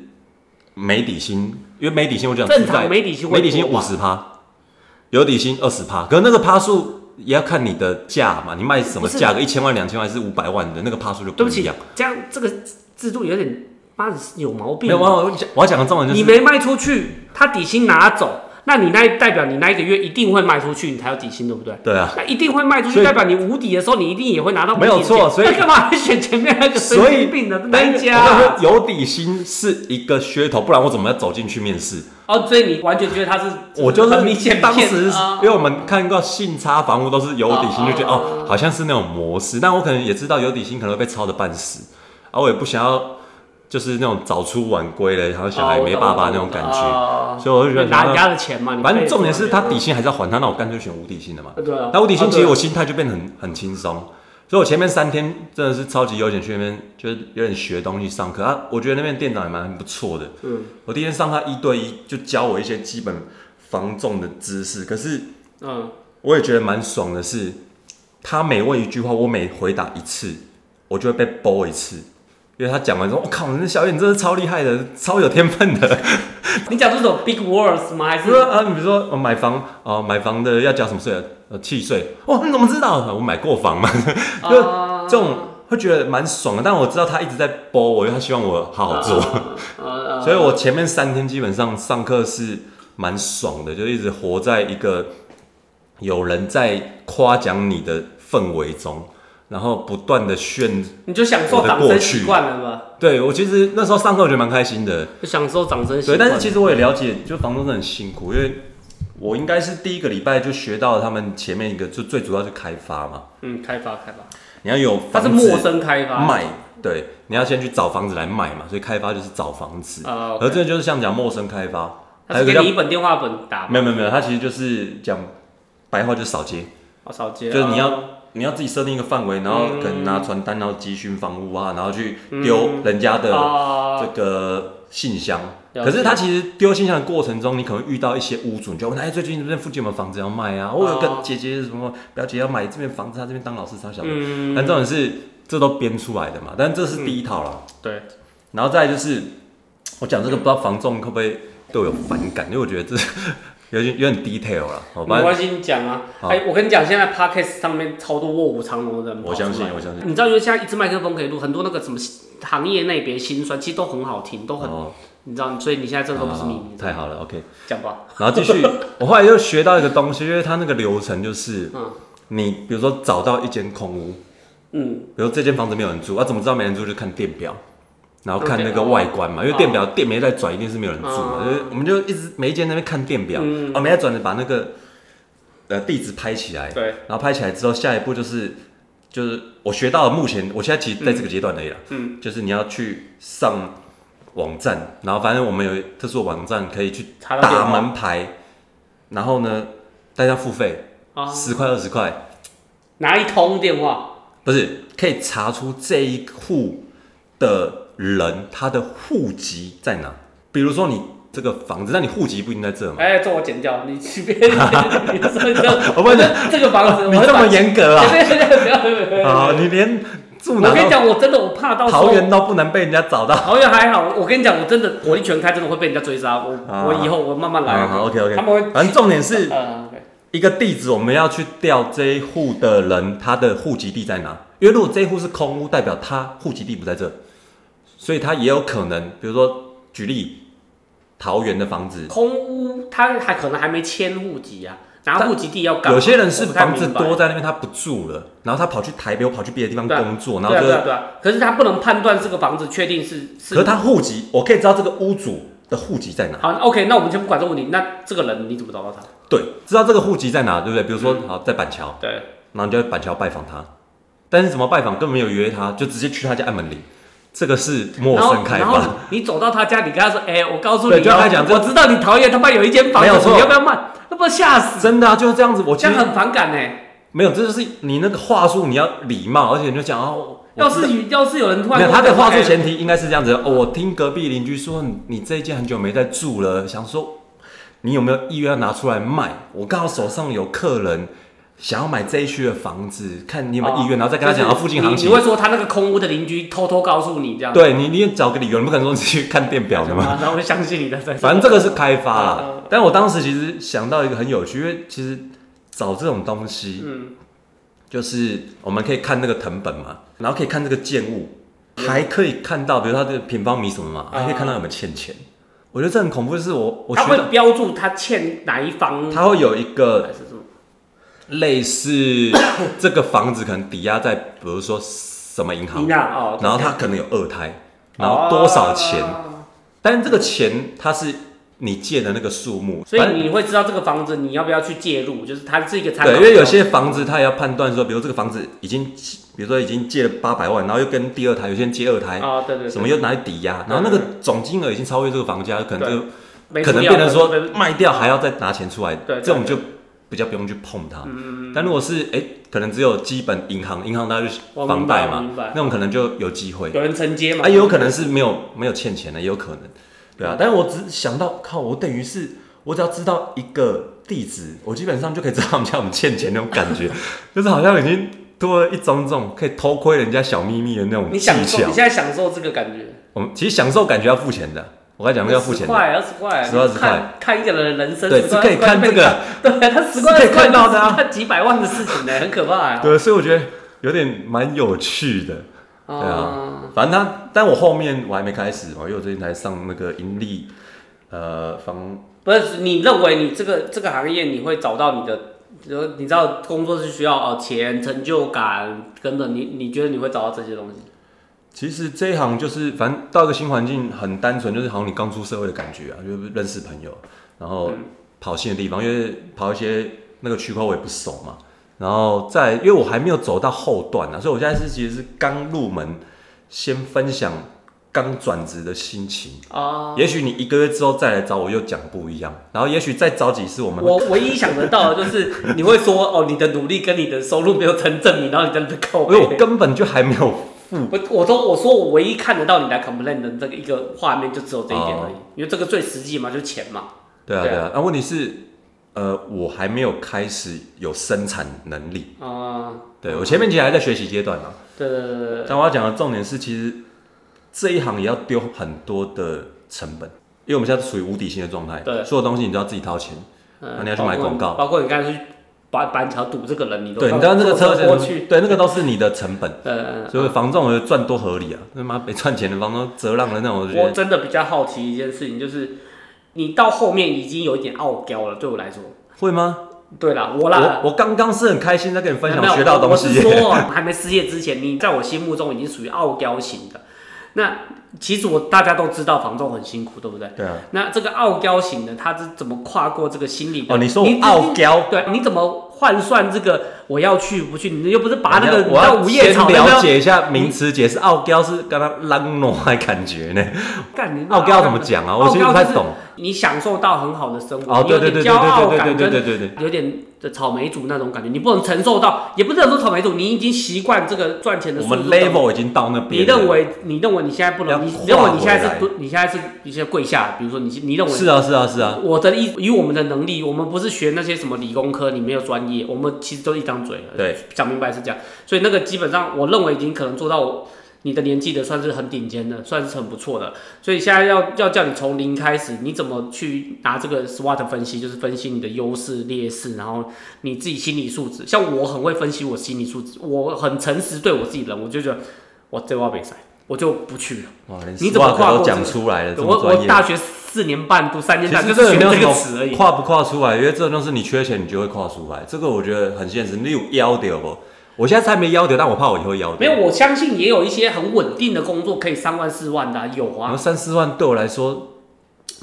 [SPEAKER 3] 没底薪，因为没底薪我讲
[SPEAKER 2] 正常
[SPEAKER 3] 自在
[SPEAKER 2] 没底薪会
[SPEAKER 3] 没底薪
[SPEAKER 2] 多吧
[SPEAKER 3] 五十趴，有底薪二十趴，可是那个趴数也要看你的价嘛，你卖什么
[SPEAKER 2] 不是
[SPEAKER 3] 价格，一千万、两千万还是五百万的那个趴数就
[SPEAKER 2] 对不
[SPEAKER 3] 不
[SPEAKER 2] 起
[SPEAKER 3] 一样。，
[SPEAKER 2] 这样这个制度有点妈的有毛病啊
[SPEAKER 3] 没有，。啊我我讲我要讲的重点就是
[SPEAKER 2] 你没卖出去，他底薪拿走，那你那代表你那一个月一定会卖出去，你才有底薪，对不对？
[SPEAKER 3] 对啊，
[SPEAKER 2] 那一定会卖出去，
[SPEAKER 3] 所以
[SPEAKER 2] 代表你无底的时候，你一定也会拿到无底
[SPEAKER 3] 没
[SPEAKER 2] 的
[SPEAKER 3] 有
[SPEAKER 2] 钱。
[SPEAKER 3] 错所以
[SPEAKER 2] 那干嘛还选前面那个神
[SPEAKER 3] 所以
[SPEAKER 2] 经病的
[SPEAKER 3] 但
[SPEAKER 2] 那
[SPEAKER 3] 是
[SPEAKER 2] 一家
[SPEAKER 3] 我跟你
[SPEAKER 2] 啊、
[SPEAKER 3] 说有底薪是一个噱头，不然我怎么要走进去面试？
[SPEAKER 2] 哦，所以你完全觉得他是
[SPEAKER 3] 我就是
[SPEAKER 2] 很明显
[SPEAKER 3] 当
[SPEAKER 2] 骗
[SPEAKER 3] 时
[SPEAKER 2] 的啊，
[SPEAKER 3] 因为我们看过信差房屋都是有底薪，
[SPEAKER 2] 哦
[SPEAKER 3] 就觉得哦，好像是那种模式。但我可能也知道有底薪可能会被抄的半死，啊，我也不想要就是那种早出晚归的，然后小孩没爸爸那种感觉，
[SPEAKER 2] 哦
[SPEAKER 3] 所以我就觉得
[SPEAKER 2] 拿人
[SPEAKER 3] 说。
[SPEAKER 2] 家的钱嘛，你
[SPEAKER 3] 反正
[SPEAKER 2] 被
[SPEAKER 3] 重点是他底薪还是要还他，那我干脆选无底薪的嘛。
[SPEAKER 2] 对啊
[SPEAKER 3] 那无底薪其实
[SPEAKER 2] 啊对啊
[SPEAKER 3] 我心态就变得很很轻松，所以我前面三天真的是超级有点去那边，就是有点学东西上课啊。我觉得那边店长也蛮不错的，
[SPEAKER 2] 嗯，
[SPEAKER 3] 我第一天上他一对一，就教我一些基本防重的知识。可是
[SPEAKER 2] 嗯，
[SPEAKER 3] 我也觉得蛮爽的是，他每问一句话，我每回答一次，我就会被剥一次。因为他讲完之后，我、靠，那小野你真是超厉害的，超有天分的。
[SPEAKER 2] 你讲这种 big words 吗？还
[SPEAKER 3] 比如说
[SPEAKER 2] 是
[SPEAKER 3] 啊，你比如说我买房哦，买房哦 *laughs* 的要交什么税啊？呃，契税。哇，你怎么知道？我买过房嘛。就
[SPEAKER 2] 啊
[SPEAKER 3] 这种会觉得蛮爽的。但我知道他一直在播我，因为他希望我好好做，
[SPEAKER 2] 呃，
[SPEAKER 3] *laughs* 所以我前面三天基本上上课是蛮爽的，就一直活在一个有人在夸奖你的氛围中，然后不断的炫。
[SPEAKER 2] 你就享受掌声
[SPEAKER 3] 我的过去
[SPEAKER 2] 习惯了嘛，
[SPEAKER 3] 对我其实那时候上课我觉得蛮开心的，
[SPEAKER 2] 就享受掌声习
[SPEAKER 3] 对，
[SPEAKER 2] 惯。
[SPEAKER 3] 但是其
[SPEAKER 2] 实
[SPEAKER 3] 实我也了解，就房东真的很辛苦，因为我应该是第一个礼拜就学到他们前面一个，就最主要是开发嘛，
[SPEAKER 2] 嗯，开发开发，
[SPEAKER 3] 你要有
[SPEAKER 2] 它
[SPEAKER 3] 房
[SPEAKER 2] 是
[SPEAKER 3] 子
[SPEAKER 2] 陌生开发，
[SPEAKER 3] 卖，对，你要先去找房子来卖嘛，所以开发就是找房子，
[SPEAKER 2] 啊，OK
[SPEAKER 3] 而这就是像讲陌生开发，
[SPEAKER 2] 它是
[SPEAKER 3] 一个
[SPEAKER 2] 给
[SPEAKER 3] 叫
[SPEAKER 2] 你一本电话本打，
[SPEAKER 3] 没有没有没有，它其实就是讲白话就是扫街，
[SPEAKER 2] 我少接，
[SPEAKER 3] 就是你
[SPEAKER 2] 哦
[SPEAKER 3] 要你要自己设定一个范围，然后可
[SPEAKER 2] 嗯
[SPEAKER 3] 能拿传单，然后集训房屋啊，然后去丢人家的这
[SPEAKER 2] 啊，
[SPEAKER 3] 个信箱。
[SPEAKER 2] 了解
[SPEAKER 3] 可是他其实丢信箱的过程中，你可能遇到一些屋主，你就问他，哎，最近这边附近有没有房子要卖啊？我有
[SPEAKER 2] 哦
[SPEAKER 3] 个姐姐什么表姐要买这边房子，她这边当老师，她小的。
[SPEAKER 2] 嗯，
[SPEAKER 3] 但重点是，这都编出来的嘛。但这是第一套啦。
[SPEAKER 2] 对，
[SPEAKER 3] 然后再来就是，我讲这个不知道房仲会不会对我有反感，因为我觉得这 *laughs* 有点有点 detail 哦了。好吧
[SPEAKER 2] 没，关系，你讲啊。
[SPEAKER 3] 好
[SPEAKER 2] 哎，我跟你讲，现在 podcast 上面超多卧虎藏龙的人跑出来，
[SPEAKER 3] 我相信我相信
[SPEAKER 2] 你知道，因为现在一支麦克风可以录很多那个什么行业内别心酸，其实都很好听，都很，
[SPEAKER 3] 哦，
[SPEAKER 2] 你知道，所以你现在这个都不是秘密
[SPEAKER 3] 好，太好了，OK。
[SPEAKER 2] 讲吧。
[SPEAKER 3] 然后继续，我后来又学到一个东西，因为它那个流程就是，
[SPEAKER 2] 嗯
[SPEAKER 3] 你比如说找到一间空屋，
[SPEAKER 2] 嗯，
[SPEAKER 3] 比如这间房子没有人住，啊，怎么知道没人住？就看电表，然后看
[SPEAKER 2] OK，
[SPEAKER 3] 那个
[SPEAKER 2] 哦
[SPEAKER 3] 外观嘛，因为
[SPEAKER 2] 哦
[SPEAKER 3] 电表店没在转，一定是没有人住嘛。
[SPEAKER 2] 嗯
[SPEAKER 3] 就是我们就一直每一间在那边看电表，哦，没在转的把那个呃地址拍起来，
[SPEAKER 2] 对，
[SPEAKER 3] 然后拍起来之后，下一步就是就是我学到了目前，我现在其实在这个阶段而已啦，
[SPEAKER 2] 嗯，
[SPEAKER 3] 就是你要去上网站，然后反正我们有特殊的网站可以去
[SPEAKER 2] 查到电
[SPEAKER 3] 打
[SPEAKER 2] 话
[SPEAKER 3] 门牌，然后呢，大家付费
[SPEAKER 2] 啊，
[SPEAKER 3] 十块二十块，
[SPEAKER 2] 拿一通电话，
[SPEAKER 3] 不是可以查出这一户的人他的户籍在哪？比如说你这个房子，那你户籍不一定在这嘛？
[SPEAKER 2] 哎，这我剪掉，你去别，你说你这，
[SPEAKER 3] *laughs* 我问你
[SPEAKER 2] 这个房子，我
[SPEAKER 3] *laughs* 你
[SPEAKER 2] 会
[SPEAKER 3] 这
[SPEAKER 2] 把
[SPEAKER 3] 么严格啊？
[SPEAKER 2] 对对对， *laughs* 不要不要不要。
[SPEAKER 3] 啊，你连住哪
[SPEAKER 2] 我跟你
[SPEAKER 3] 都
[SPEAKER 2] 讲，我真的我啊怕到时候
[SPEAKER 3] 桃园都不能被人家找
[SPEAKER 2] *laughs*
[SPEAKER 3] 到。
[SPEAKER 2] 桃园还好，我跟你讲，我真的火力全开，真的会被人家追杀。我、
[SPEAKER 3] 啊
[SPEAKER 2] 我以后我慢慢来。
[SPEAKER 3] 啊好，OK
[SPEAKER 2] 他
[SPEAKER 3] OK，
[SPEAKER 2] 们会
[SPEAKER 3] 反正重点是
[SPEAKER 2] 呃，OK，
[SPEAKER 3] 一个地址，我们要去调这一户的人他的户籍地在哪？因为如果这一户是空屋，代表他户籍地不在这，所以他也有可能，比如说举例，桃园的房子，
[SPEAKER 2] 空屋他还可能还没迁户籍啊，拿户籍地要改。
[SPEAKER 3] 有些人是
[SPEAKER 2] 我不太
[SPEAKER 3] 房子
[SPEAKER 2] 明白
[SPEAKER 3] 多在那边他不住了，然后他跑去台北，或跑去别的地方
[SPEAKER 2] 对啊
[SPEAKER 3] 工作，然
[SPEAKER 2] 对
[SPEAKER 3] 后
[SPEAKER 2] 啊
[SPEAKER 3] 就
[SPEAKER 2] 对啊对啊，可是他不能判断这个房子确定是是。
[SPEAKER 3] 可是他户籍，我可以知道这个屋主的户籍在哪。
[SPEAKER 2] 好，OK，那我们先不管这个问题。那这个人你怎么找到他？
[SPEAKER 3] 对，知道这个户籍在哪，对不对？比如说，
[SPEAKER 2] 嗯
[SPEAKER 3] 好在板桥，
[SPEAKER 2] 对，
[SPEAKER 3] 然后你就在板桥拜访他，但是怎么拜访根本没有约他，就直接去他家按门铃，这个是陌
[SPEAKER 2] 然后
[SPEAKER 3] 生开
[SPEAKER 2] 然后
[SPEAKER 3] 发。
[SPEAKER 2] 你走到他家，你跟他说，哎、我告诉你、
[SPEAKER 3] 对
[SPEAKER 2] 哦，
[SPEAKER 3] 就跟他讲这
[SPEAKER 2] 我知道你桃园他妈有一间房
[SPEAKER 3] 没有
[SPEAKER 2] 子，
[SPEAKER 3] 错
[SPEAKER 2] 你要不要卖？那不吓死？
[SPEAKER 3] 真的啊，就是这样子。我
[SPEAKER 2] 这
[SPEAKER 3] 其
[SPEAKER 2] 样
[SPEAKER 3] 实
[SPEAKER 2] 很反感呢、
[SPEAKER 3] 没有，这就是你那个话术，你要礼貌，而且你就讲哦，我
[SPEAKER 2] 要是要是有人突然
[SPEAKER 3] 没
[SPEAKER 2] 跟
[SPEAKER 3] 有他
[SPEAKER 2] 我
[SPEAKER 3] 的
[SPEAKER 2] 讲
[SPEAKER 3] 话
[SPEAKER 2] 哎
[SPEAKER 3] 术前提应该是这样子。哦，我听隔壁邻居说你你这一间很久没在住了，想说你有没有意愿要拿出来卖？我刚好手上有客人想要买这一区的房子，看你有没有意愿，然后再跟他讲
[SPEAKER 2] 哦就
[SPEAKER 3] 到
[SPEAKER 2] 是
[SPEAKER 3] 附近
[SPEAKER 2] 你
[SPEAKER 3] 行情
[SPEAKER 2] 你会。说他那个空屋的邻居偷偷告诉你这样，
[SPEAKER 3] 对你，你也找个理由，你不可能说你去看电表的嘛。
[SPEAKER 2] 啊，然后会相信你的。反
[SPEAKER 3] 反正这个是开发
[SPEAKER 2] 嗯
[SPEAKER 3] 啦
[SPEAKER 2] 嗯。
[SPEAKER 3] 但我当时其实想到一个很有趣，因为其实找这种东西，
[SPEAKER 2] 嗯
[SPEAKER 3] 就是我们可以看那个藤本嘛，然后可以看这个建物，还可以看到，比如它的平方米什么嘛，
[SPEAKER 2] 嗯
[SPEAKER 3] 还可以看到有没有欠钱。我觉得这很恐怖，就是我我
[SPEAKER 2] 他
[SPEAKER 3] 学
[SPEAKER 2] 会
[SPEAKER 3] 到
[SPEAKER 2] 标注他欠哪一方，
[SPEAKER 3] 它会有一个
[SPEAKER 2] 还是什么？*coughs*
[SPEAKER 3] 类似这个房子可能抵押在，比如说什么银行
[SPEAKER 2] 你，那哦，
[SPEAKER 3] 然后他可能有二胎，然后多少钱，
[SPEAKER 2] 哦
[SPEAKER 3] 但是这个钱它是你借的那个数目，
[SPEAKER 2] 所
[SPEAKER 3] 反正
[SPEAKER 2] 以你会知道这个房子你要不要去介入，就是它是一个参考。
[SPEAKER 3] 对，因为有些房子他也要判断说，比如这个房子已经，比如说已经借了八百万，然后又跟第二胎，有些人借二胎，
[SPEAKER 2] 啊，对对，对
[SPEAKER 3] 什么又拿去抵押，然后那个总金额已经超越这个房价，可能就
[SPEAKER 2] 没
[SPEAKER 3] 可能
[SPEAKER 2] 必要
[SPEAKER 3] 变成说
[SPEAKER 2] 对对对
[SPEAKER 3] 卖掉还要再拿钱出来，
[SPEAKER 2] 对对嗯
[SPEAKER 3] 这种就比较不用去碰它。但如果是哎，可能只有基本银行，银行它就是
[SPEAKER 2] 我明白
[SPEAKER 3] 房贷
[SPEAKER 2] 我
[SPEAKER 3] 嘛
[SPEAKER 2] 明白，
[SPEAKER 3] 那种可能就有机会。
[SPEAKER 2] 有人承接嘛，
[SPEAKER 3] 啊，也有可能是没有没有欠钱的，也有可能，对啊。但是我只想到，靠，我等于是我只要知道一个地址，我基本上就可以知道他们家我们欠钱那种感觉，就是好像已经多了一种种可以偷窥人家小秘密的那种
[SPEAKER 2] 你
[SPEAKER 3] 技
[SPEAKER 2] 享受，
[SPEAKER 3] 巧
[SPEAKER 2] 你现。在享受这个感觉，
[SPEAKER 3] 我们其实享受感觉要付钱的，我刚才讲过要付
[SPEAKER 2] 十
[SPEAKER 3] 钱的，
[SPEAKER 2] 块二十块，
[SPEAKER 3] 10块10块
[SPEAKER 2] 看看一个人的人生，
[SPEAKER 3] 对，
[SPEAKER 2] 10
[SPEAKER 3] 是
[SPEAKER 2] 块
[SPEAKER 3] 可以看这，个，
[SPEAKER 2] 10块对，他十
[SPEAKER 3] 是
[SPEAKER 2] 块
[SPEAKER 3] 可以
[SPEAKER 2] 20
[SPEAKER 3] *laughs*
[SPEAKER 2] 块
[SPEAKER 3] 看到的啊
[SPEAKER 2] 就是他几百万的事情呢，很可怕啊。
[SPEAKER 3] 对，所以我觉得有点蛮有趣
[SPEAKER 2] 对
[SPEAKER 3] 的。对
[SPEAKER 2] 嗯
[SPEAKER 3] 啊，反正他，但我后面我还没开始哦嘛，因为我最近才上那个盈利，呃，房
[SPEAKER 2] 不是你认为你这个这个行业你会找到你的，呃你知道工作是需要哦钱、成就感等等，你你觉得你会找到这些东西？
[SPEAKER 3] 其实这一行就是，反正到一个新环境很单纯，就是好像你刚出社会的感觉啊，就是认识朋友，然后跑新的地方，因为跑一些那个区块我也不熟嘛。然后再，因为我还没有走到后段啊，所以我现在是其实是刚入门，先分享刚转职的心情。
[SPEAKER 2] 啊、
[SPEAKER 3] 也许你一个月之后再来找我，又讲不一样。然后也许再找几次，我们会
[SPEAKER 2] 我唯一想得到的就是你会说哦，你的努力跟你的收入没有成正比，然后你在那边靠
[SPEAKER 3] 因为我
[SPEAKER 2] 背。
[SPEAKER 3] 根本就还没有付
[SPEAKER 2] 我我都我说我唯一看得到你来 complain 的这个一个画面就只有这一点
[SPEAKER 3] 哦
[SPEAKER 2] 而已，因为这个最实际嘛，就是钱嘛。
[SPEAKER 3] 对啊，
[SPEAKER 2] 对啊
[SPEAKER 3] 对啊。那、问题是，呃，我还没有开始有生产能力。
[SPEAKER 2] 啊、
[SPEAKER 3] 对我前面其实还在学习阶段嘛。
[SPEAKER 2] 对对对对对，
[SPEAKER 3] 但我要讲的重点是，其实这一行也要丢很多的成本，因为我们现在属于无底薪的状态，
[SPEAKER 2] 对
[SPEAKER 3] 所有东西你都要自己掏钱。
[SPEAKER 2] 嗯
[SPEAKER 3] 那你要去买广告
[SPEAKER 2] 包括你包括你刚才去板板桥堵这个人，你都
[SPEAKER 3] 对，你知道那个车
[SPEAKER 2] 坐
[SPEAKER 3] 钱
[SPEAKER 2] 过去，
[SPEAKER 3] 对，那个都是你的成本。
[SPEAKER 2] 呃，
[SPEAKER 3] 所以房仲我觉得赚多合理啊！他妈没赚钱的房东折让的那种，我就觉
[SPEAKER 2] 我
[SPEAKER 3] 得
[SPEAKER 2] 真的比较好奇一件事情，就是你到后面已经有一点傲娇了，对我来说。
[SPEAKER 3] 会吗？
[SPEAKER 2] 对啦，我啦
[SPEAKER 3] 我，我刚刚是很开心在跟你分享
[SPEAKER 2] 没有
[SPEAKER 3] 学到的东西耶。
[SPEAKER 2] 我是
[SPEAKER 3] *laughs*
[SPEAKER 2] 说，还没失业之前，你在我心目中已经属于傲娇型的。那其实我大家都知道，房仲很辛苦，对不对？
[SPEAKER 3] 对啊，
[SPEAKER 2] 那这个傲娇型的，他是怎么跨过这个心理的？
[SPEAKER 3] 哦，你说我傲娇，
[SPEAKER 2] 对，你怎么换算这个我要去不去？你又不是拔那个
[SPEAKER 3] 我
[SPEAKER 2] 你
[SPEAKER 3] 要
[SPEAKER 2] 知道午夜草
[SPEAKER 3] 先
[SPEAKER 2] 有没有
[SPEAKER 3] 了解一下名词解释，傲娇是刚刚浪诺的感觉呢。
[SPEAKER 2] 干你
[SPEAKER 3] 傲娇怎么讲啊？我其实不太。
[SPEAKER 2] 傲娇就
[SPEAKER 3] 懂
[SPEAKER 2] 是。你享受到很好的生活，
[SPEAKER 3] 哦，
[SPEAKER 2] 你
[SPEAKER 3] 对
[SPEAKER 2] 有
[SPEAKER 3] 对
[SPEAKER 2] 点
[SPEAKER 3] 对对
[SPEAKER 2] 骄傲
[SPEAKER 3] 对对
[SPEAKER 2] 感
[SPEAKER 3] 对对对
[SPEAKER 2] 跟
[SPEAKER 3] 对对。
[SPEAKER 2] 有点的草莓族那种感觉，你不能承受到，也不是说草莓族，你已经习惯这个赚钱的
[SPEAKER 3] 我
[SPEAKER 2] 速度
[SPEAKER 3] 们
[SPEAKER 2] 了。
[SPEAKER 3] level 已经到那边了，
[SPEAKER 2] 你认为你认为你现在不
[SPEAKER 3] 要
[SPEAKER 2] 能，你
[SPEAKER 3] 跨
[SPEAKER 2] 认为你现在
[SPEAKER 3] 回来
[SPEAKER 2] 是蹲，你现在是你现在跪下，比如说你你认为
[SPEAKER 3] 是啊是啊是啊，
[SPEAKER 2] 我的意以我们的能力，我们不是学那些什么理工科，你没有专业，我们其实都一张嘴，
[SPEAKER 3] 对，
[SPEAKER 2] 讲明白是这样，所以那个基本上我认为已经可能做到我你的年纪的，算是很顶尖的，算是很不错的。所以现在要要叫你从零开始，你怎么去拿这个 SWOT 分析，就是分析你的优势劣势，然后你自己心理素质。像我很会分析我心理素质，我很诚实对我自己人，我就觉得我这我比赛，我就不去了。
[SPEAKER 3] 哇，连
[SPEAKER 2] 你怎么
[SPEAKER 3] SWOT
[SPEAKER 2] 跨过
[SPEAKER 3] 都讲
[SPEAKER 2] 这个
[SPEAKER 3] 出来哎了，这
[SPEAKER 2] 我
[SPEAKER 3] 么
[SPEAKER 2] 我
[SPEAKER 3] 专业。
[SPEAKER 2] 大学四年半读三年
[SPEAKER 3] 其
[SPEAKER 2] 半，
[SPEAKER 3] 实
[SPEAKER 2] 就
[SPEAKER 3] 这
[SPEAKER 2] 是学
[SPEAKER 3] 个没有
[SPEAKER 2] 这
[SPEAKER 3] 什
[SPEAKER 2] 个词而
[SPEAKER 3] 么
[SPEAKER 2] 已。
[SPEAKER 3] 跨不跨出来，因为这种东西你缺钱，你就会跨出来。这个我觉得很现实。你有要丢不？我现在才没要丢，但我怕我以后要丢。
[SPEAKER 2] 没有，我相信也有一些很稳定的工作可以三万四万的啊、有
[SPEAKER 3] 然后
[SPEAKER 2] 啊，
[SPEAKER 3] 三四万对我来说，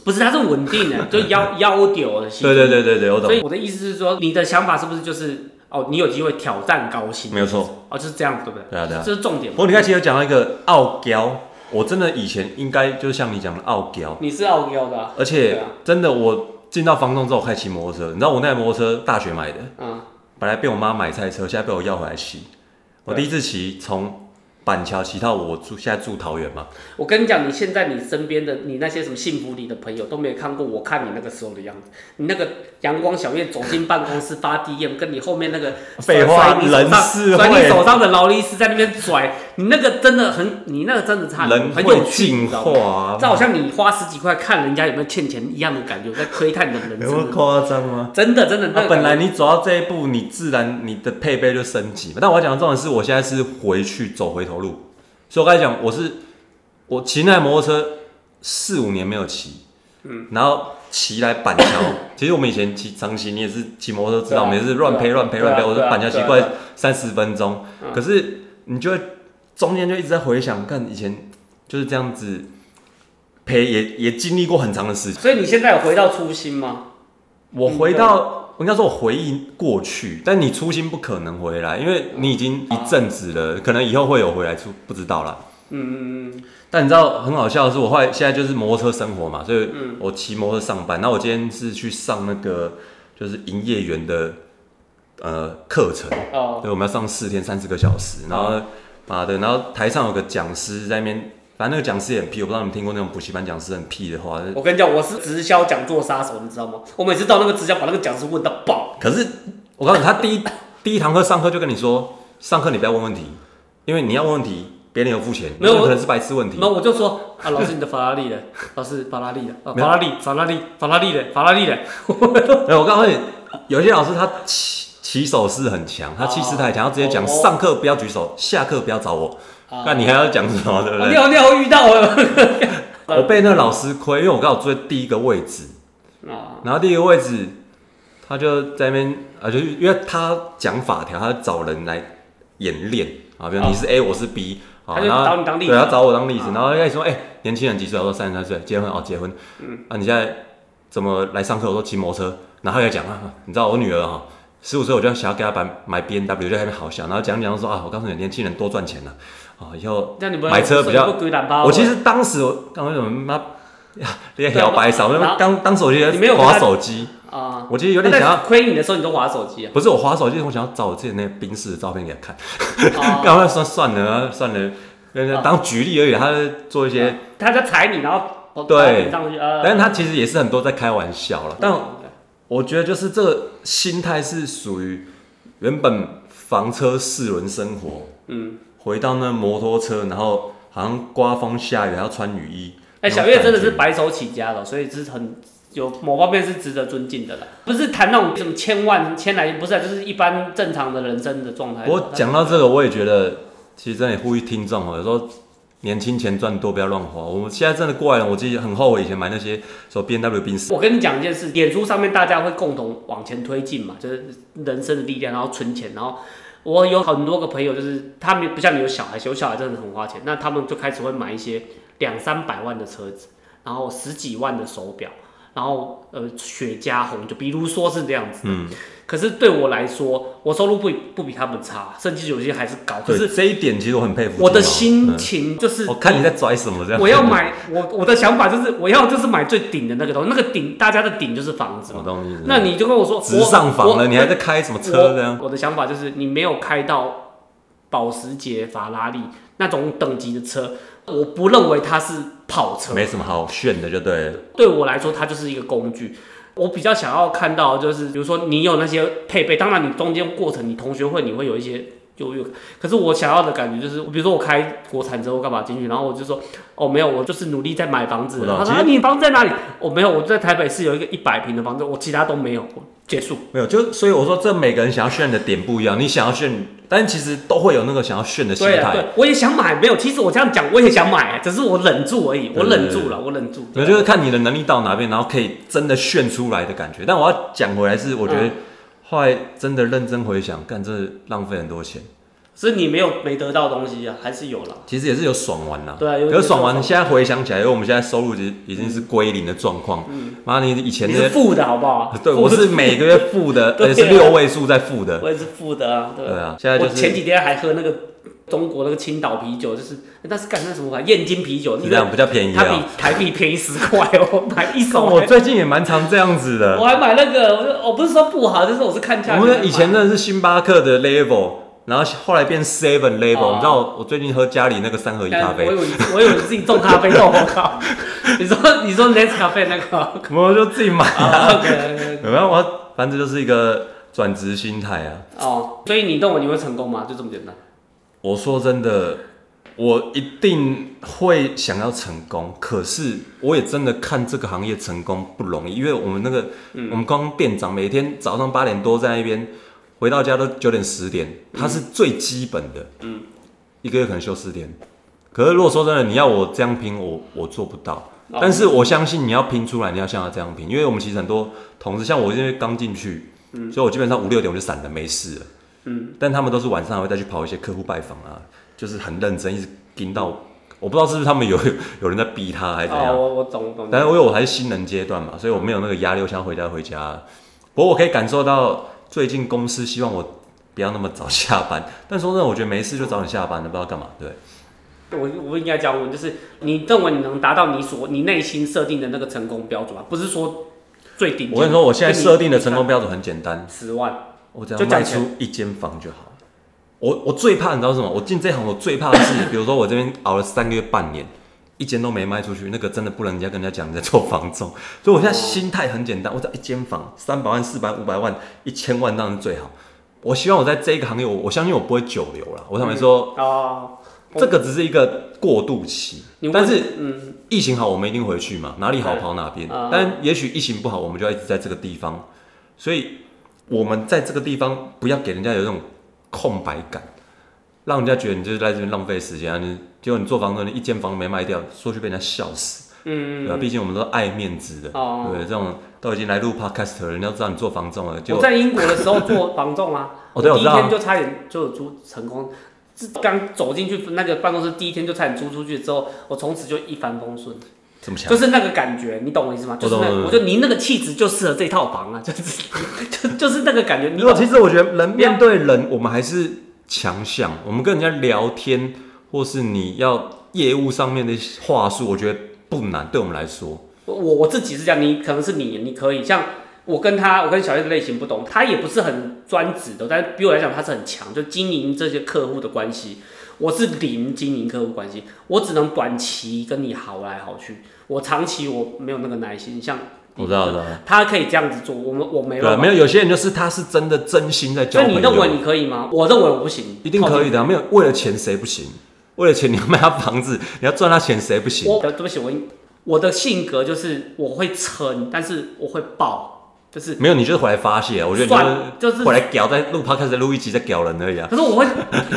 [SPEAKER 2] 不是它是稳定的，就腰腰丢的薪
[SPEAKER 3] 嗯对
[SPEAKER 2] 水。
[SPEAKER 3] 对对对对，我懂
[SPEAKER 2] 所，以我的意思是说，你的想法是不是就是哦，你有机会挑战高薪？
[SPEAKER 3] 没有错。
[SPEAKER 2] 哦，就是这样，对不对？
[SPEAKER 3] 对啊对啊。
[SPEAKER 2] 这是重点
[SPEAKER 3] 不。过你看，其实有讲到一个傲娇，我真的以前应该就像你讲的傲娇，
[SPEAKER 2] 你是傲娇的啊、
[SPEAKER 3] 而
[SPEAKER 2] 对
[SPEAKER 3] 且
[SPEAKER 2] 啊
[SPEAKER 3] 真的我进到房东之后，我开始骑摩托车。你知道我那台摩托车大学买的，
[SPEAKER 2] 嗯，
[SPEAKER 3] 本来被我妈买菜车，现在被我要回来骑。我第一次骑从板桥骑到我住现在住桃园嘛，
[SPEAKER 2] 我跟你讲，你现在你身边的你那些什么幸福里的朋友都没有看过我看你那个时候的样子，你那个阳光小院走进办公室发 DM，跟你后面那个
[SPEAKER 3] 废
[SPEAKER 2] 甩
[SPEAKER 3] 话
[SPEAKER 2] 你手上
[SPEAKER 3] 人是
[SPEAKER 2] 甩
[SPEAKER 3] 会
[SPEAKER 2] 你手上的劳力士在那边甩，你那个真的很，你那个真的差
[SPEAKER 3] 人
[SPEAKER 2] 很有
[SPEAKER 3] 会
[SPEAKER 2] 趣，你
[SPEAKER 3] 进
[SPEAKER 2] 知道吗？
[SPEAKER 3] 化、啊
[SPEAKER 2] 这，好像你花十几块看人家有没有欠钱一样的感觉，我在窥探你的人
[SPEAKER 3] 有那么
[SPEAKER 2] 生。
[SPEAKER 3] 夸张吗？
[SPEAKER 2] 真的真的，那
[SPEAKER 3] 那
[SPEAKER 2] 个
[SPEAKER 3] 啊本来
[SPEAKER 2] 感觉
[SPEAKER 3] 你走到这一步，你自然你的配备就升级嘛。但我要讲的重点是我现在是回去走回头路，所以我刚才讲我是我骑那台摩托车四五年没有骑，嗯，然后骑来
[SPEAKER 2] *coughs*
[SPEAKER 3] 板桥。其实我们以前骑长期，你也是骑摩托车知道，
[SPEAKER 2] 对啊
[SPEAKER 3] 每次乱
[SPEAKER 2] 对
[SPEAKER 3] 配
[SPEAKER 2] 啊
[SPEAKER 3] 乱配乱配，
[SPEAKER 2] 对啊
[SPEAKER 3] 我
[SPEAKER 2] 对
[SPEAKER 3] 说
[SPEAKER 2] 啊
[SPEAKER 3] 板桥骑
[SPEAKER 2] 对啊嗯
[SPEAKER 3] 过
[SPEAKER 2] 对
[SPEAKER 3] 来三十分钟，可是你就会中间就一直在回想，看以前就是这样子陪也也经历过很长的时间。
[SPEAKER 2] 所以你现在有回到初心吗？
[SPEAKER 3] 我回到，我应该说我回忆过去，但你初心不可能回来，因为你已经一阵子了，可能以后会有回来出，不知道啦。
[SPEAKER 2] 嗯，
[SPEAKER 3] 但你知道很好笑的是，我后来现在就是摩托车生活嘛，所以我骑摩托车上班。那我今天是去上那个就是营业员的呃课程，
[SPEAKER 2] 哦，
[SPEAKER 3] 对，我们要上四天三十个小时，然后妈的，然后台上有个讲师在那边，反正那个讲师也很屁，我不知道你们听过那种补习班讲师很屁的话，
[SPEAKER 2] 我跟你讲，我是直销讲座杀手，你知道吗？我每次到那个直销，把那个讲师问到爆。
[SPEAKER 3] 可是我告诉你，他第一第一堂课上课就跟你说，上课你不要问问题，因为你要问问题，别人有付钱，
[SPEAKER 2] 没有
[SPEAKER 3] 那
[SPEAKER 2] 我
[SPEAKER 3] 可能是白痴问题
[SPEAKER 2] 那。我就说啊，老师你的法拉利的，老师法拉利的，啊
[SPEAKER 3] 没
[SPEAKER 2] 法
[SPEAKER 3] 有
[SPEAKER 2] 拉利，法拉利，法拉利的，法拉利的，
[SPEAKER 3] 没有，我告诉你，有些老师他起起手势很强，他气势太强，他直接讲
[SPEAKER 2] 哦啊
[SPEAKER 3] 上课不要举手，下课不要找我。那啊哦你还要讲什么，对不
[SPEAKER 2] 我
[SPEAKER 3] 对？
[SPEAKER 2] 尿尿遇 *laughs* 到了
[SPEAKER 3] 我被那老师亏，因为我刚好坐在第一个位置，
[SPEAKER 2] 啊，
[SPEAKER 3] 然后第一个位置，他就在那边啊，就是因为他讲法条，他找人来演练啊，比如
[SPEAKER 2] 哦
[SPEAKER 3] 你是 A，我是 B，啊，
[SPEAKER 2] 他就
[SPEAKER 3] 然后
[SPEAKER 2] 找你当例子
[SPEAKER 3] 对，他找我当例子
[SPEAKER 2] 啊，
[SPEAKER 3] 然后一开始说，哎、年轻人几岁？我说三十三岁，结婚哦，结婚，
[SPEAKER 2] 嗯
[SPEAKER 3] 啊，你现在怎么来上课？我说骑摩托车，然后他就讲啊，你知道我女儿哈。十五岁我就想要给她买买 B N W，就在那边好笑，然后讲讲说啊，我告诉你，年轻人多赚钱了啊，以后
[SPEAKER 2] 这样你不会
[SPEAKER 3] 买车比较
[SPEAKER 2] 不鬼胆包。
[SPEAKER 3] 我其实当时我刚刚怎么妈 *laughs* 呀，连摇摆手，
[SPEAKER 2] 然后
[SPEAKER 3] 啊当当时我就觉
[SPEAKER 2] 你没有
[SPEAKER 3] 得
[SPEAKER 2] 跟他
[SPEAKER 3] 滑手机，
[SPEAKER 2] 啊，
[SPEAKER 3] 我其实有点想
[SPEAKER 2] 他
[SPEAKER 3] 要
[SPEAKER 2] 在，亏你的时候，你都划手机啊。
[SPEAKER 3] 不是我滑手机，我想要找我之前那冰室的照片给他
[SPEAKER 2] *laughs*
[SPEAKER 3] 看，*laughs*
[SPEAKER 2] 哦
[SPEAKER 3] 干嘛算算了啊算了，那
[SPEAKER 2] 啊
[SPEAKER 3] 当举例而已，他在做一些，
[SPEAKER 2] 他在踩你，然后
[SPEAKER 3] 对
[SPEAKER 2] 把你上去，呃，
[SPEAKER 3] 但是他其实也是很多在开玩笑了，但
[SPEAKER 2] 嗯
[SPEAKER 3] 我觉得就是这个心态是属于原本房车四轮生活，
[SPEAKER 2] 嗯，
[SPEAKER 3] 回到那摩托车，然后好像刮风下雨还要穿雨衣，
[SPEAKER 2] 哎，
[SPEAKER 3] 那种
[SPEAKER 2] 小月真的
[SPEAKER 3] 感
[SPEAKER 2] 是
[SPEAKER 3] 觉
[SPEAKER 2] 白手起家的，所以是很有某方面是值得尊敬的啦。不是谈那种什么千万千来，不是啊，就是一般正常的人生的状态。
[SPEAKER 3] 我讲到这个，我也觉得，其实真的呼吁听众哦，有时候年轻钱赚多，不要乱花。我们现在真的过来人，我自己很后悔以前买那些什么 B N W 宾士，
[SPEAKER 2] 我跟你讲一件事，演出上面大家会共同往前推进嘛，就是人生的力量，然后存钱，然后我有很多个朋友，就是他们不像你有小孩，有小孩真的很花钱，那他们就开始会买一些两三百万的车子，然后十几万的手表，然后呃雪茄红酒，比如说是这样子。
[SPEAKER 3] 嗯，
[SPEAKER 2] 可是对我来说，我收入不不比他们差，甚至有些还是高，可
[SPEAKER 3] 对
[SPEAKER 2] 是
[SPEAKER 3] 这一点，其实我很佩服。
[SPEAKER 2] 我的心情就是、
[SPEAKER 3] 嗯，我看你在拽什 *laughs* 么这样。
[SPEAKER 2] 我要，买，我我的想法就是我要就是买最顶的那个东西，那个顶大家的顶就是房子
[SPEAKER 3] 我
[SPEAKER 2] 嘛。
[SPEAKER 3] 懂你意思。
[SPEAKER 2] 那你就跟我说，
[SPEAKER 3] 直上
[SPEAKER 2] 我
[SPEAKER 3] 房啊
[SPEAKER 2] 我
[SPEAKER 3] 了，你还在开什么车这样？
[SPEAKER 2] 我？我的想法就是，你没有开到保时捷、法拉利那种等级的车，我不认为它是跑车。
[SPEAKER 3] 没什么好炫的，就对了。
[SPEAKER 2] 对我来说，它就是一个工具。我比较想要看到，就是比如说你有那些配备，当然你中间过程，你同学会你会有一些优越感。可是我想要的感觉就是，比如说我开国产车或干嘛进去，然后我就说，哦没有，我就是努力在买房子。
[SPEAKER 3] 我懂
[SPEAKER 2] 他说、
[SPEAKER 3] 其
[SPEAKER 2] 啊、
[SPEAKER 3] 实
[SPEAKER 2] 你房子在哪里？我、没有，我在台北市有一个一百平的房子，我其他都没有。我结束。
[SPEAKER 3] 没有，就所以我说，这每个人想要炫的点不一样。你想要炫，但其实都会有那个想要炫的心
[SPEAKER 2] 对啊，
[SPEAKER 3] 态
[SPEAKER 2] 对。，我也想买，没有，其实我这样讲我也想买，啊只是我忍住而已，
[SPEAKER 3] 对
[SPEAKER 2] 我忍住了，我忍住。啊
[SPEAKER 3] 我就是看你的能力到哪边，然后可以真的炫出来的感觉。但我要讲回来是，我觉
[SPEAKER 2] 嗯
[SPEAKER 3] 得后来真的认真回想，干这浪费很多钱，
[SPEAKER 2] 是你没有没得到东西啊，还是有了。
[SPEAKER 3] 其实也是有爽完啦。
[SPEAKER 2] 对啊有
[SPEAKER 3] 可是爽
[SPEAKER 2] 有
[SPEAKER 3] 完，现在回想起来，因为我们现在收入已经已经是归零的状况。妈，你以前
[SPEAKER 2] 嗯你
[SPEAKER 3] 那
[SPEAKER 2] 是
[SPEAKER 3] 些，
[SPEAKER 2] 负的好不好？
[SPEAKER 3] *laughs* 对
[SPEAKER 2] 负
[SPEAKER 3] 我
[SPEAKER 2] 的
[SPEAKER 3] 是每个月
[SPEAKER 2] *laughs*
[SPEAKER 3] 付的，
[SPEAKER 2] 对啊
[SPEAKER 3] 而且是六位数在付的。
[SPEAKER 2] 我也是负的啊，对
[SPEAKER 3] 对啊现在就是
[SPEAKER 2] 我前几天还喝那个中国那个青岛啤酒，就是那是干那什么玩意燕京啤酒，
[SPEAKER 3] 是这样比较便宜
[SPEAKER 2] 它比
[SPEAKER 3] 啊。
[SPEAKER 2] 台币便宜十块哦，我买一手
[SPEAKER 3] 我
[SPEAKER 2] 还。
[SPEAKER 3] 最近也蛮常这样子
[SPEAKER 2] 我
[SPEAKER 3] 的。
[SPEAKER 2] 还买那个，我就我不是说不好，就是我是看价
[SPEAKER 3] 我
[SPEAKER 2] 格在买。
[SPEAKER 3] 们以前真的是星巴克的 level，然后后来变 seven level。
[SPEAKER 2] 哦
[SPEAKER 3] 你知道我我最近喝家里那个三合一咖啡
[SPEAKER 2] 我，以为我以为你自己种咖啡 *laughs* 豆，我靠！你说你说 n e s 咖啡那个
[SPEAKER 3] *laughs*
[SPEAKER 2] 啊
[SPEAKER 3] 我就自己买啊。
[SPEAKER 2] ，OK，
[SPEAKER 3] 有没有？我反正就是一个转职心态啊。
[SPEAKER 2] 哦，所以你动我你会成功吗？就这么简单。
[SPEAKER 3] 我说真的，我一定会想要成功，可是我也真的看这个行业成功不容易，因为我们那个、我们光店长每天早上八点多在那边，回到家都九点十点，他是最基本的，嗯，一个月可能休四天。可是如果说真的，你要我这样拼，我我做不到。
[SPEAKER 2] 哦
[SPEAKER 3] 但是我相信你要拼出来，你要像他这样拼，因为我们其实很多同事，像我因为刚进去，
[SPEAKER 2] 嗯
[SPEAKER 3] 所以我基本上五六点我就散了，没事了。但他们都是晚上还会再去跑一些客户拜访啊，就是很认真，一直盯到。我不知道是不是他们有有人在逼他还是怎
[SPEAKER 2] 哦，
[SPEAKER 3] 样，
[SPEAKER 2] 我我懂我懂。
[SPEAKER 3] 但是因为我还是新人阶段嘛，所以我没有那个压力，我想要回家就回家。不过我可以感受到最近公司希望我不要那么早下班，但说真的，我觉得没事就早点下班了，不知道干嘛。对，
[SPEAKER 2] 我我应该这样问，就是你认为你能达到你所你内心设定的那个成功标准吗？不是说最顶尖。
[SPEAKER 3] 我跟你说，我现在
[SPEAKER 2] 就你
[SPEAKER 3] 设定的成功标准很简单，
[SPEAKER 2] 十万，
[SPEAKER 3] 我只要
[SPEAKER 2] 就讲
[SPEAKER 3] 卖
[SPEAKER 2] 钱
[SPEAKER 3] 出一间房就好了。我我最怕你知道是什么？我进这行我最怕的是，比如说我这边熬了三个月半年，一间都没卖出去，那个真的不能人家跟人家讲你在做房仲。所以我现在心态很简单，我只要一间房，三百万、四百、五百万、一千万当然是最好。我希望我在这一个行业，我我相信我不会久留了。我想没说，
[SPEAKER 2] 哦，嗯
[SPEAKER 3] 这个只是一个过渡期
[SPEAKER 2] 你，问
[SPEAKER 3] 但是
[SPEAKER 2] 嗯，
[SPEAKER 3] 疫情好，我们一定回去嘛，哪里好
[SPEAKER 2] 对
[SPEAKER 3] 跑哪边
[SPEAKER 2] 啊。
[SPEAKER 3] 但也许疫情不好，我们就要一直在这个地方。所以，我们在这个地方不要给人家有那种空白感。让人家觉得你就是在这边浪费时间啊！你结果你做房东，你一间房没卖掉，说去被人家笑死，对吧、
[SPEAKER 2] 嗯，
[SPEAKER 3] 毕竟我们都爱面子的，
[SPEAKER 2] 哦
[SPEAKER 3] 对，这种都已经来录 podcast 了，人家都知道你做房仲了，结
[SPEAKER 2] 我
[SPEAKER 3] 果，
[SPEAKER 2] 在英国的时候做房仲啊
[SPEAKER 3] 哦对
[SPEAKER 2] 我第一
[SPEAKER 3] 我知道
[SPEAKER 2] 天就差点就有租成功。自刚走进去那个办公室，第一天就差点租出去之后，我从此就一帆风顺，
[SPEAKER 3] 这么强
[SPEAKER 2] 就，是那个感觉，你懂我意思吗？就是那
[SPEAKER 3] 我懂
[SPEAKER 2] 个，
[SPEAKER 3] 我懂
[SPEAKER 2] 我觉得您那个气质就适合这套房啊，就是 *laughs* 就就是那个感觉，你
[SPEAKER 3] 如果
[SPEAKER 2] 懂
[SPEAKER 3] 啊其实我觉得人
[SPEAKER 2] 不要
[SPEAKER 3] 面对人，我们还是强项。我们跟人家聊天，或是你要业务上面的话术，我觉得不难，对我们来说。
[SPEAKER 2] 我我自己是这样，你可能是你，你可以像我跟他，我跟小叶的类型不同，他也不是很专职的，但是比我来讲他是很强，就经营这些客户的关系。我是零经营客户关系，我只能短期跟你好来好去，我长期我没有那个耐心。像
[SPEAKER 3] 我知道，我知道。
[SPEAKER 2] 他可以这样子做，我们我没
[SPEAKER 3] 对
[SPEAKER 2] 办
[SPEAKER 3] 啊，
[SPEAKER 2] 法。
[SPEAKER 3] 没有有些人就是他是真的真心在交
[SPEAKER 2] 所以
[SPEAKER 3] 朋
[SPEAKER 2] 你
[SPEAKER 3] 友，
[SPEAKER 2] 认为你可以吗？我认为我不行，
[SPEAKER 3] 一定可以的啊、没有为了钱谁不行？为了钱你要卖他房子， *laughs* 你要赚他钱谁不行？
[SPEAKER 2] 我对不起，我我的性格就是我会撑，但是我会爆，就是
[SPEAKER 3] 没有，你就是回来发泄啊。我觉得
[SPEAKER 2] 算
[SPEAKER 3] 你就是
[SPEAKER 2] 就是
[SPEAKER 3] 回来屌，在录 podcast 再录一集再屌人而已啊。
[SPEAKER 2] 可是我会，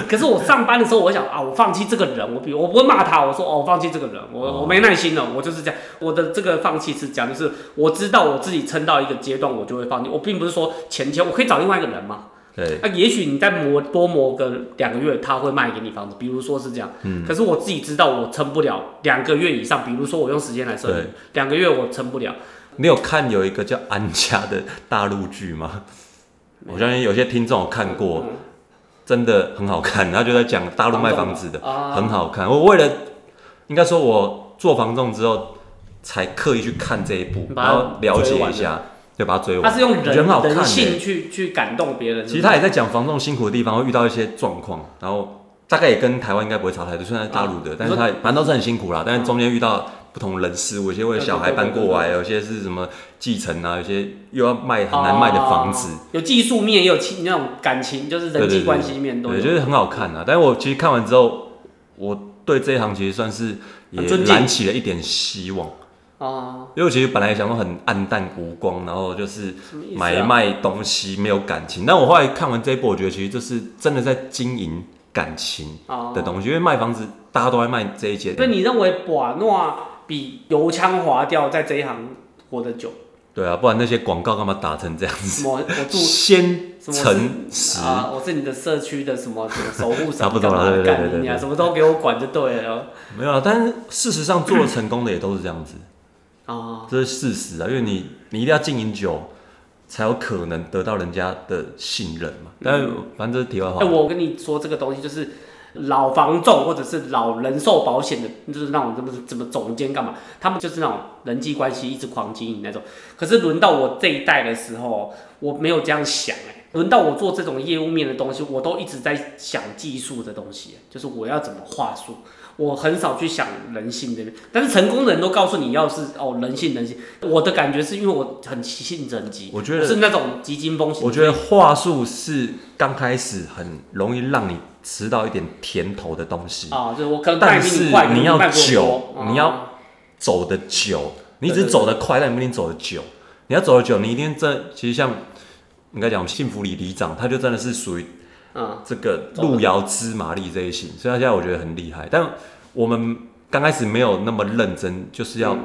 [SPEAKER 2] 可是我上班的时候，我会想啊，我放弃这个人，我比我不会骂他，我说哦，我放弃这个人，我我没耐心了，我就是这样，我的这个放弃是讲，就是我知道我自己撑到一个阶段，我就会放弃，我并不是说前天我可以找另外一个人嘛，
[SPEAKER 3] 对，
[SPEAKER 2] 那、也许你再磨多磨个两个月，他会卖给你房子，比如说是这样，
[SPEAKER 3] 嗯
[SPEAKER 2] 可是我自己知道我撑不了两个月以上，比如说我用时间来算
[SPEAKER 3] 对，
[SPEAKER 2] 两个月我撑不了，
[SPEAKER 3] 你有看有一个叫安家的大陆剧吗？我相信有些听众有看过，
[SPEAKER 2] 嗯
[SPEAKER 3] 真的很好看。他就在讲大陆卖房子的，
[SPEAKER 2] 啊
[SPEAKER 3] 很好看。我为了应该说，我做房仲之后才刻意去看这一部，
[SPEAKER 2] 你把它
[SPEAKER 3] 然后了解
[SPEAKER 2] 追完
[SPEAKER 3] 一下，对，把它追完。
[SPEAKER 2] 他是用
[SPEAKER 3] 我觉得
[SPEAKER 2] 人
[SPEAKER 3] 很好看、
[SPEAKER 2] 人性
[SPEAKER 3] 欸。
[SPEAKER 2] 去去感动别人，
[SPEAKER 3] 其实他也在讲房仲辛苦的地方，会遇到一些状况，然后大概也跟台湾应该不会差太多，虽然是大陆的，
[SPEAKER 2] 啊
[SPEAKER 3] 但是他反正都是很辛苦啦。但是中间遇到不同人事物，有些为了小孩搬过来，有些是什么继承啊，有些又要卖很难卖的房子。
[SPEAKER 2] 哦有技术面，也有情那种感情，就是人际关系面都有。
[SPEAKER 3] 对，就是很好看啊。但是我其实看完之后，我对这一行其实算是也
[SPEAKER 2] 很尊敬
[SPEAKER 3] 燃起了一点希望，
[SPEAKER 2] 哦，
[SPEAKER 3] 因为我其实本来想说很暗淡无光，然后就是
[SPEAKER 2] 什么意思啊
[SPEAKER 3] 买卖东西没有感情。但我后来看完这一部，我觉得其实就是真的在经营感情
[SPEAKER 2] 哦
[SPEAKER 3] 的东西，因为卖房子大家都在卖这一件
[SPEAKER 2] 所，以你认为瓦诺比油腔滑调在这一行活得久？
[SPEAKER 3] 对啊，不然那些广告干嘛打成这样
[SPEAKER 2] 什
[SPEAKER 3] 子？
[SPEAKER 2] 么？我 *laughs* 住
[SPEAKER 3] 先
[SPEAKER 2] 什么
[SPEAKER 3] 诚实
[SPEAKER 2] 是，啊，我是你的社区的什么什么守护
[SPEAKER 3] 差
[SPEAKER 2] 神，
[SPEAKER 3] 不多了
[SPEAKER 2] 干嘛
[SPEAKER 3] 对对对
[SPEAKER 2] 干你啊，
[SPEAKER 3] 对对
[SPEAKER 2] 什么都给我管就对了。
[SPEAKER 3] 没有啊。但是事实上做的成功的也都是这样子。
[SPEAKER 2] 哦，
[SPEAKER 3] 这是事实啊，因为你你一定要经营久，才有可能得到人家的信任嘛。但是反正这是题外话。
[SPEAKER 2] 哎，我跟你说这个东西就是。老房仲或者是老人寿保险的，就是那种怎么怎么总监干嘛，他们就是那种人际关系一直狂经营那种。可是轮到我这一代的时候，我没有这样想哎、轮到我做这种业务面的东西，我都一直在想技术的东西、就是我要怎么话术，我很少去想人性这边。但是成功的人都告诉你要是哦人性人性，我的感觉是因为我很性人急，
[SPEAKER 3] 我觉得
[SPEAKER 2] 是那种急惊风险。
[SPEAKER 3] 我觉得话术是刚开始很容易让你吃到一点甜头的东西，
[SPEAKER 2] 啊、就是我可能卖
[SPEAKER 3] 但
[SPEAKER 2] 比
[SPEAKER 3] 是
[SPEAKER 2] 你快，
[SPEAKER 3] 你要
[SPEAKER 2] 卖比我
[SPEAKER 3] 久
[SPEAKER 2] 多啊
[SPEAKER 3] 你要走得久，你只是走得快，但你不一定走得久。你要走得久，你一定这其实像应该讲，我们幸福里里长他就真的是属于
[SPEAKER 2] 嗯
[SPEAKER 3] 这个路遥知马力这一型，所以他现在我觉得很厉害。但我们刚开始没有那么认真，就是要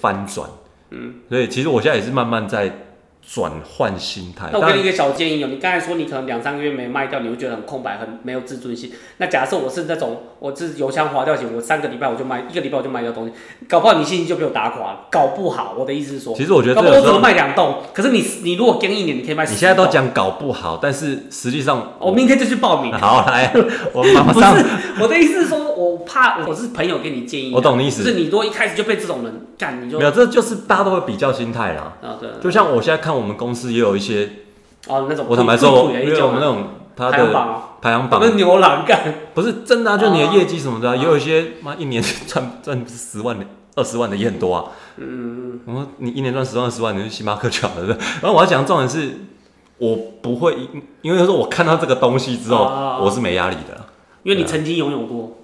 [SPEAKER 3] 翻转。嗯，所以其实我现在也是慢慢在转换心态。
[SPEAKER 2] 那我给你一
[SPEAKER 3] 但
[SPEAKER 2] 个小建议哦，你刚才说你可能两三个月没卖掉，你会觉得很空白，很没有自尊心。那假设我是那种我是油腔滑调型，我三个礼拜我就卖，一个礼拜我就卖掉东西，搞不好你信心就被我打垮了，搞不好。我的意思是说，
[SPEAKER 3] 其实我觉得
[SPEAKER 2] 搞
[SPEAKER 3] 这
[SPEAKER 2] 不好我
[SPEAKER 3] 个
[SPEAKER 2] 只
[SPEAKER 3] 时候
[SPEAKER 2] 能卖两栋，可是你你如果跟一年，你可以卖。
[SPEAKER 3] 你现在都，讲搞不好，但是实际上
[SPEAKER 2] 我明天就去报名。
[SPEAKER 3] *laughs* 好来，我马
[SPEAKER 2] 不是
[SPEAKER 3] 上，
[SPEAKER 2] 我的意思是说，我怕我是朋友给你建议的，啊
[SPEAKER 3] 我懂你意
[SPEAKER 2] 就
[SPEAKER 3] 思
[SPEAKER 2] 是你如果一开始就被这种人干，你就
[SPEAKER 3] 没有，这就是大家都会比较心态啦。
[SPEAKER 2] 啊对
[SPEAKER 3] 就像我现在看我们公司也有一些，
[SPEAKER 2] 哦那种
[SPEAKER 3] 我坦白说，我
[SPEAKER 2] 也
[SPEAKER 3] 因为我们那种他
[SPEAKER 2] 排行
[SPEAKER 3] 的
[SPEAKER 2] 榜哦，
[SPEAKER 3] 排行
[SPEAKER 2] 我
[SPEAKER 3] 榜
[SPEAKER 2] 们牛郎干。
[SPEAKER 3] 不是真的啊，就你的
[SPEAKER 2] 哦
[SPEAKER 3] 业绩什么的、啊，也有一些妈一年赚 *laughs* 赚十万的、二十万的也很多啊。嗯，我说你一年赚十万、二十万，你去星巴克就好了。对 *laughs* 不对然后我要讲的重点是，我不会因因为说我看到这个东西之后，
[SPEAKER 2] 哦
[SPEAKER 3] 我是没压力的啦。
[SPEAKER 2] 因为你
[SPEAKER 3] 对啊
[SPEAKER 2] 曾经拥有
[SPEAKER 3] *laughs*
[SPEAKER 2] 过。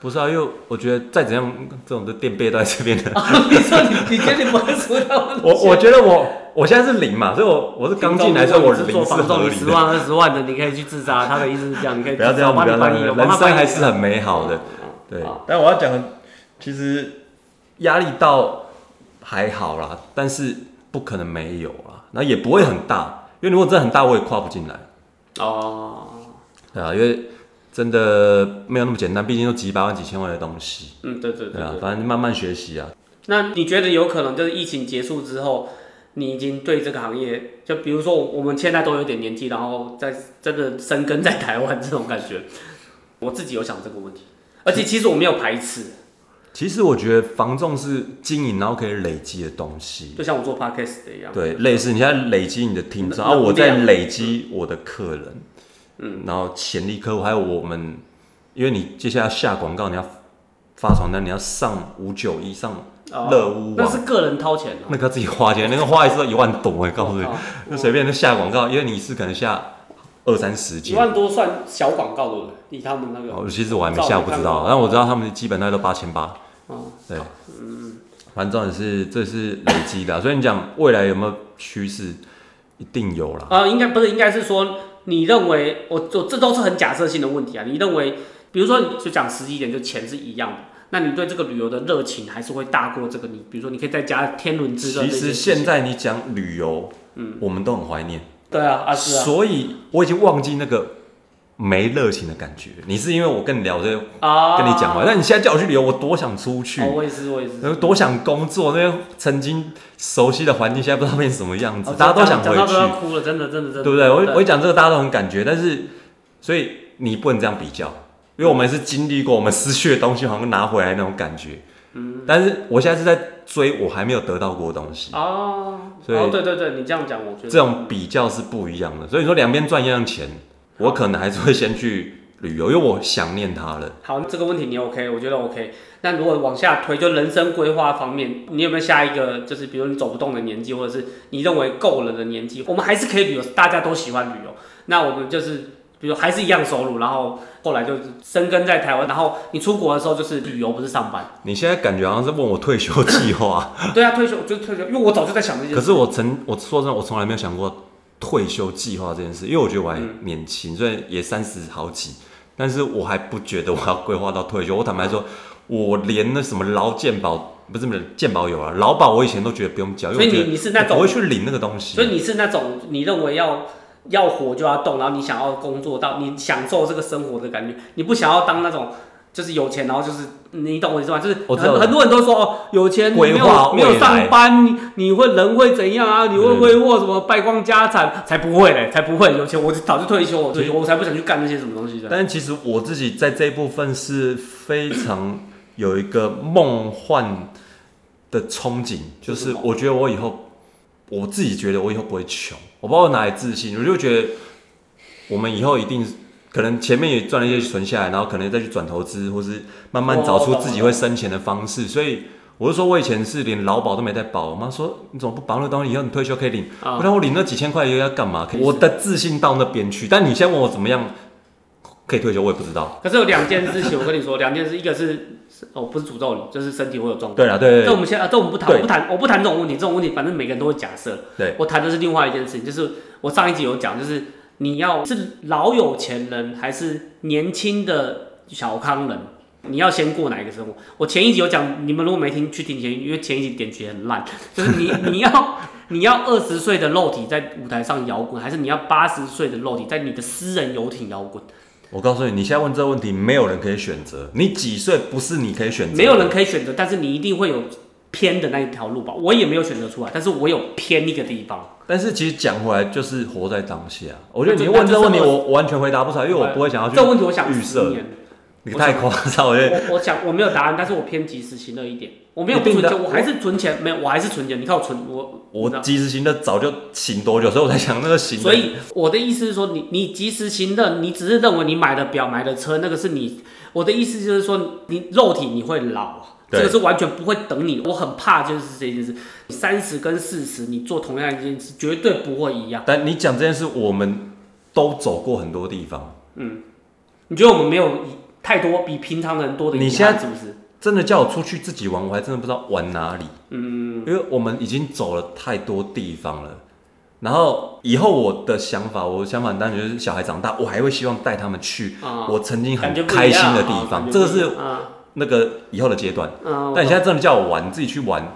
[SPEAKER 3] 不是啊，因为我觉得再怎样，这种的垫背都在这边的。
[SPEAKER 2] *laughs* 你说你你觉得你不会输到
[SPEAKER 3] 我我觉得我 *laughs* 我现在是零嘛，所以我我是刚进来，所以我
[SPEAKER 2] 是
[SPEAKER 3] 零
[SPEAKER 2] 做
[SPEAKER 3] 是
[SPEAKER 2] 房
[SPEAKER 3] 合
[SPEAKER 2] 仲，你
[SPEAKER 3] 理
[SPEAKER 2] 十
[SPEAKER 3] 的。
[SPEAKER 2] 万二十万的，你可以去自杀。他的意思是这样，你可以
[SPEAKER 3] 不要这样，
[SPEAKER 2] 我
[SPEAKER 3] 不
[SPEAKER 2] 帮
[SPEAKER 3] 要
[SPEAKER 2] 你翻
[SPEAKER 3] 这样，
[SPEAKER 2] 译，
[SPEAKER 3] 人
[SPEAKER 2] 我帮他
[SPEAKER 3] 生
[SPEAKER 2] 翻译
[SPEAKER 3] 还是很美好的。对
[SPEAKER 2] 好，
[SPEAKER 3] 但我要讲的，其实压力到还好啦，但是不可能没有啦，那也不会很大，因为如果真的很大，我也跨不进来。
[SPEAKER 2] 哦，
[SPEAKER 3] 对啊，因为真的没有那么简单，毕竟都几百万、几千万的东西。
[SPEAKER 2] 嗯，对对对
[SPEAKER 3] 对啊
[SPEAKER 2] 对，。
[SPEAKER 3] 反正慢慢学习啊。
[SPEAKER 2] 那你觉得有可能就是疫情结束之后，你已经对这个行业，就比如说我我们现在都有点年纪，然后在真的生根在台湾这种感觉，我自己有想这个问题，而且其实我没有排斥，
[SPEAKER 3] 其实我觉得防重是经营，然后可以累积的东西。
[SPEAKER 2] 就像我做 podcast 的一样，
[SPEAKER 3] 对，类似你现在累积你的听众，
[SPEAKER 2] 那
[SPEAKER 3] 啊，我在
[SPEAKER 2] 量
[SPEAKER 3] 累积我的客人，嗯，然后潜力客户，还有我们，因为你接下来要下广告，你要发传单，你要上五九一，上
[SPEAKER 2] 哦
[SPEAKER 3] 乐屋
[SPEAKER 2] 那
[SPEAKER 3] 网
[SPEAKER 2] 是个人掏钱哦
[SPEAKER 3] 那个要自己花钱，那个花一次一万多，欸我告诉你
[SPEAKER 2] 哦，
[SPEAKER 3] 就随便就下广告，因为你是可能下二三十
[SPEAKER 2] 一
[SPEAKER 3] 件，
[SPEAKER 2] 万多算小广告对不对？以他们那个，
[SPEAKER 3] 哦，其实我还没下，不知道，但我知道他们基本大概都八千八。
[SPEAKER 2] 哦，
[SPEAKER 3] 对，嗯，反正也是这是累积的啊、所以你讲未来有没有趋势，一定有啦。
[SPEAKER 2] 啊、应该不是，应该是说你认为我我这都是很假设性的问题啊。你认为，比如说你就讲实际一点，就钱是一样的，那你对这个旅游的热情还是会大过这个你，比如说你可以再加天伦之乐这
[SPEAKER 3] 其
[SPEAKER 2] 件事情。
[SPEAKER 3] 实现在你讲旅游，嗯，我们都很怀念，
[SPEAKER 2] 对啊，啊是啊，
[SPEAKER 3] 所以我已经忘记那个没热情的感觉。你是因为我跟你聊这，跟
[SPEAKER 2] 啊，
[SPEAKER 3] 你讲嘛，那你现在叫我去旅游，我多想出去，
[SPEAKER 2] 哦，我也是，我也是。
[SPEAKER 3] 然后多想工作，那些曾经熟悉的环境，现在不知道变什么样子，
[SPEAKER 2] 哦
[SPEAKER 3] 大家都想
[SPEAKER 2] 讲
[SPEAKER 3] 回
[SPEAKER 2] 到都
[SPEAKER 3] 去。
[SPEAKER 2] 要哭了，真的，真的，真的，
[SPEAKER 3] 对不对？我我讲这个大家都很感觉，但是所以你不能这样比较，因为我们是经历过我们失去的东西，好像拿回来那种感觉。嗯，但是我现在是在追我还没有得到过的东西，
[SPEAKER 2] 哦，
[SPEAKER 3] 所以
[SPEAKER 2] 哦，对对对，你这样讲，我觉得
[SPEAKER 3] 这种比较是不一样的。所以说两边赚一样钱，我可能还是会先去旅游，因为我想念它了。
[SPEAKER 2] 好，这个问题你 OK，我觉得 OK。那如果往下推，就人生规划方面，你有没有下一个，就是比如你走不动的年纪，或者是你认为够了的年纪，我们还是可以旅游，大家都喜欢旅游。那我们就是，比如还是一样收入，然后后来就是生根在台湾，然后你出国的时候就是旅游，不是上班。 *laughs*
[SPEAKER 3] 你现在感觉好像是问我退休计划，
[SPEAKER 2] 对啊，退休就是退休，因为我早就在想这件事。
[SPEAKER 3] 可是我曾我说真的，我从来没有想过退休计划这件事，因为我觉得
[SPEAKER 2] 嗯
[SPEAKER 3] 我还年轻，虽然也三十好几，但是我还不觉得我要规划到退休。我坦白说，我连那什么劳健保不是什么健保有啊，劳保我以前都觉得不用交，因
[SPEAKER 2] 所
[SPEAKER 3] 为
[SPEAKER 2] 以
[SPEAKER 3] 我觉
[SPEAKER 2] 你
[SPEAKER 3] 得
[SPEAKER 2] 你是那
[SPEAKER 3] 我不
[SPEAKER 2] 种
[SPEAKER 3] 会，去领那个东西。啊
[SPEAKER 2] 所以你是那种你认为要要活就要动，然后你想要工作到你享受这个生活的感觉，你不想要当那种就是有钱，然后就是你懂我意思吗？就是
[SPEAKER 3] 我知道
[SPEAKER 2] 很很多人都说哦，有钱你没
[SPEAKER 3] 规划
[SPEAKER 2] 有没有
[SPEAKER 3] 未来
[SPEAKER 2] 上班，你你会人会怎样啊？你会挥霍什么败光家
[SPEAKER 3] 嗯
[SPEAKER 2] 产？才不会嘞，才不会！有钱我就早就退休，我退休我才不想去干那些什么东西的。
[SPEAKER 3] 但其实我自己在这一部分是非常有一个梦幻的憧憬，就是我觉得我以后，我自己觉得我以后不会穷，我不知道我哪来自信，我就觉得我们以后一定可能前面也赚了一些存下来，然后可能再去转投资，或是慢慢找出自己会生钱的方式，所以。我就说，我以前是连劳保都没在保。我妈说：“你怎么不保那个东西？以后你退休可以领。
[SPEAKER 2] 啊
[SPEAKER 3] 不然我领那几千块又要干嘛？我的自信到那边去。但你现在问我怎么样可以退休，我也不知道。
[SPEAKER 2] 可是有两件事情，我跟你说，两件事，一个是哦，不是诅咒你，就是身体会有状况。
[SPEAKER 3] 对啦，对
[SPEAKER 2] 这我
[SPEAKER 3] 对
[SPEAKER 2] 们先啊，这我们不谈，
[SPEAKER 3] 对
[SPEAKER 2] 我不谈，我不谈这种问题，这种问题反正每个人都会假设。
[SPEAKER 3] 对，
[SPEAKER 2] 我谈的是另外一件事情，就是我上一集有讲，就是你要是老有钱人还是年轻的小康人，你要先过哪一个生活？我前一集有讲，你们如果没听去听前一集，因为前一集点曲很烂， *laughs* 就是你你要你要二十岁的肉体在舞台上摇滚，还是你要八十岁的肉体在你的私人游艇摇滚？
[SPEAKER 3] 我告诉你，你现在问这个问题，没有人可以选择。你几岁不是你可以选择的，
[SPEAKER 2] 没有人可以选择，但是你一定会有偏的那一条路吧？我也没有选择出来，但是我有偏一个地方。
[SPEAKER 3] 但是其实讲回来，就是活在当下。我觉得
[SPEAKER 2] 那
[SPEAKER 3] 你
[SPEAKER 2] 就
[SPEAKER 3] 问这个问题，
[SPEAKER 2] 那就是
[SPEAKER 3] 我我完全回答不出来，因为我不会想要去
[SPEAKER 2] 这个问题我想
[SPEAKER 3] 预
[SPEAKER 2] 十
[SPEAKER 3] 设。
[SPEAKER 2] 年，
[SPEAKER 3] 你太夸张，我觉得
[SPEAKER 2] 我我想我没有答案，但是我偏及时行乐一点，我没有
[SPEAKER 3] 一
[SPEAKER 2] 不
[SPEAKER 3] 定
[SPEAKER 2] 存
[SPEAKER 3] 的
[SPEAKER 2] 钱，我还是存钱，没有，我还是存钱。你看我存我，你知
[SPEAKER 3] 我
[SPEAKER 2] 道
[SPEAKER 3] 及时行乐早就行多久，所以我在想那个行。
[SPEAKER 2] 所以我的意思是说，你你及时行乐，你只是认为你买的表、买的车，那个是你。我的意思就是说，你肉体你会老啊，
[SPEAKER 3] 对
[SPEAKER 2] 这个是完全不会等你。我很怕就是这件事，三十跟四十，你做同样一件事，绝对不会一样。
[SPEAKER 3] 但你讲这件事，我们都走过很多地方。
[SPEAKER 2] 你觉得我们没有以太多比平常人多的遗
[SPEAKER 3] 你
[SPEAKER 2] 憾
[SPEAKER 3] 现在
[SPEAKER 2] 是不是？
[SPEAKER 3] 真的叫我出去自己玩，我还真的不知道玩哪里。嗯，因为我们已经走了太多地方了。然后以后我的想法，我的想法当然就是小孩长大，我还会希望带他们去
[SPEAKER 2] 啊
[SPEAKER 3] 我曾经很
[SPEAKER 4] 感觉不一样
[SPEAKER 3] 开心的地
[SPEAKER 4] 啊感
[SPEAKER 3] 方，
[SPEAKER 4] 觉
[SPEAKER 3] 这个
[SPEAKER 4] 不一
[SPEAKER 3] 是
[SPEAKER 2] 啊，
[SPEAKER 3] 那个以后的阶段。
[SPEAKER 2] 嗯，
[SPEAKER 3] 但你现在真的叫我玩，自己去玩，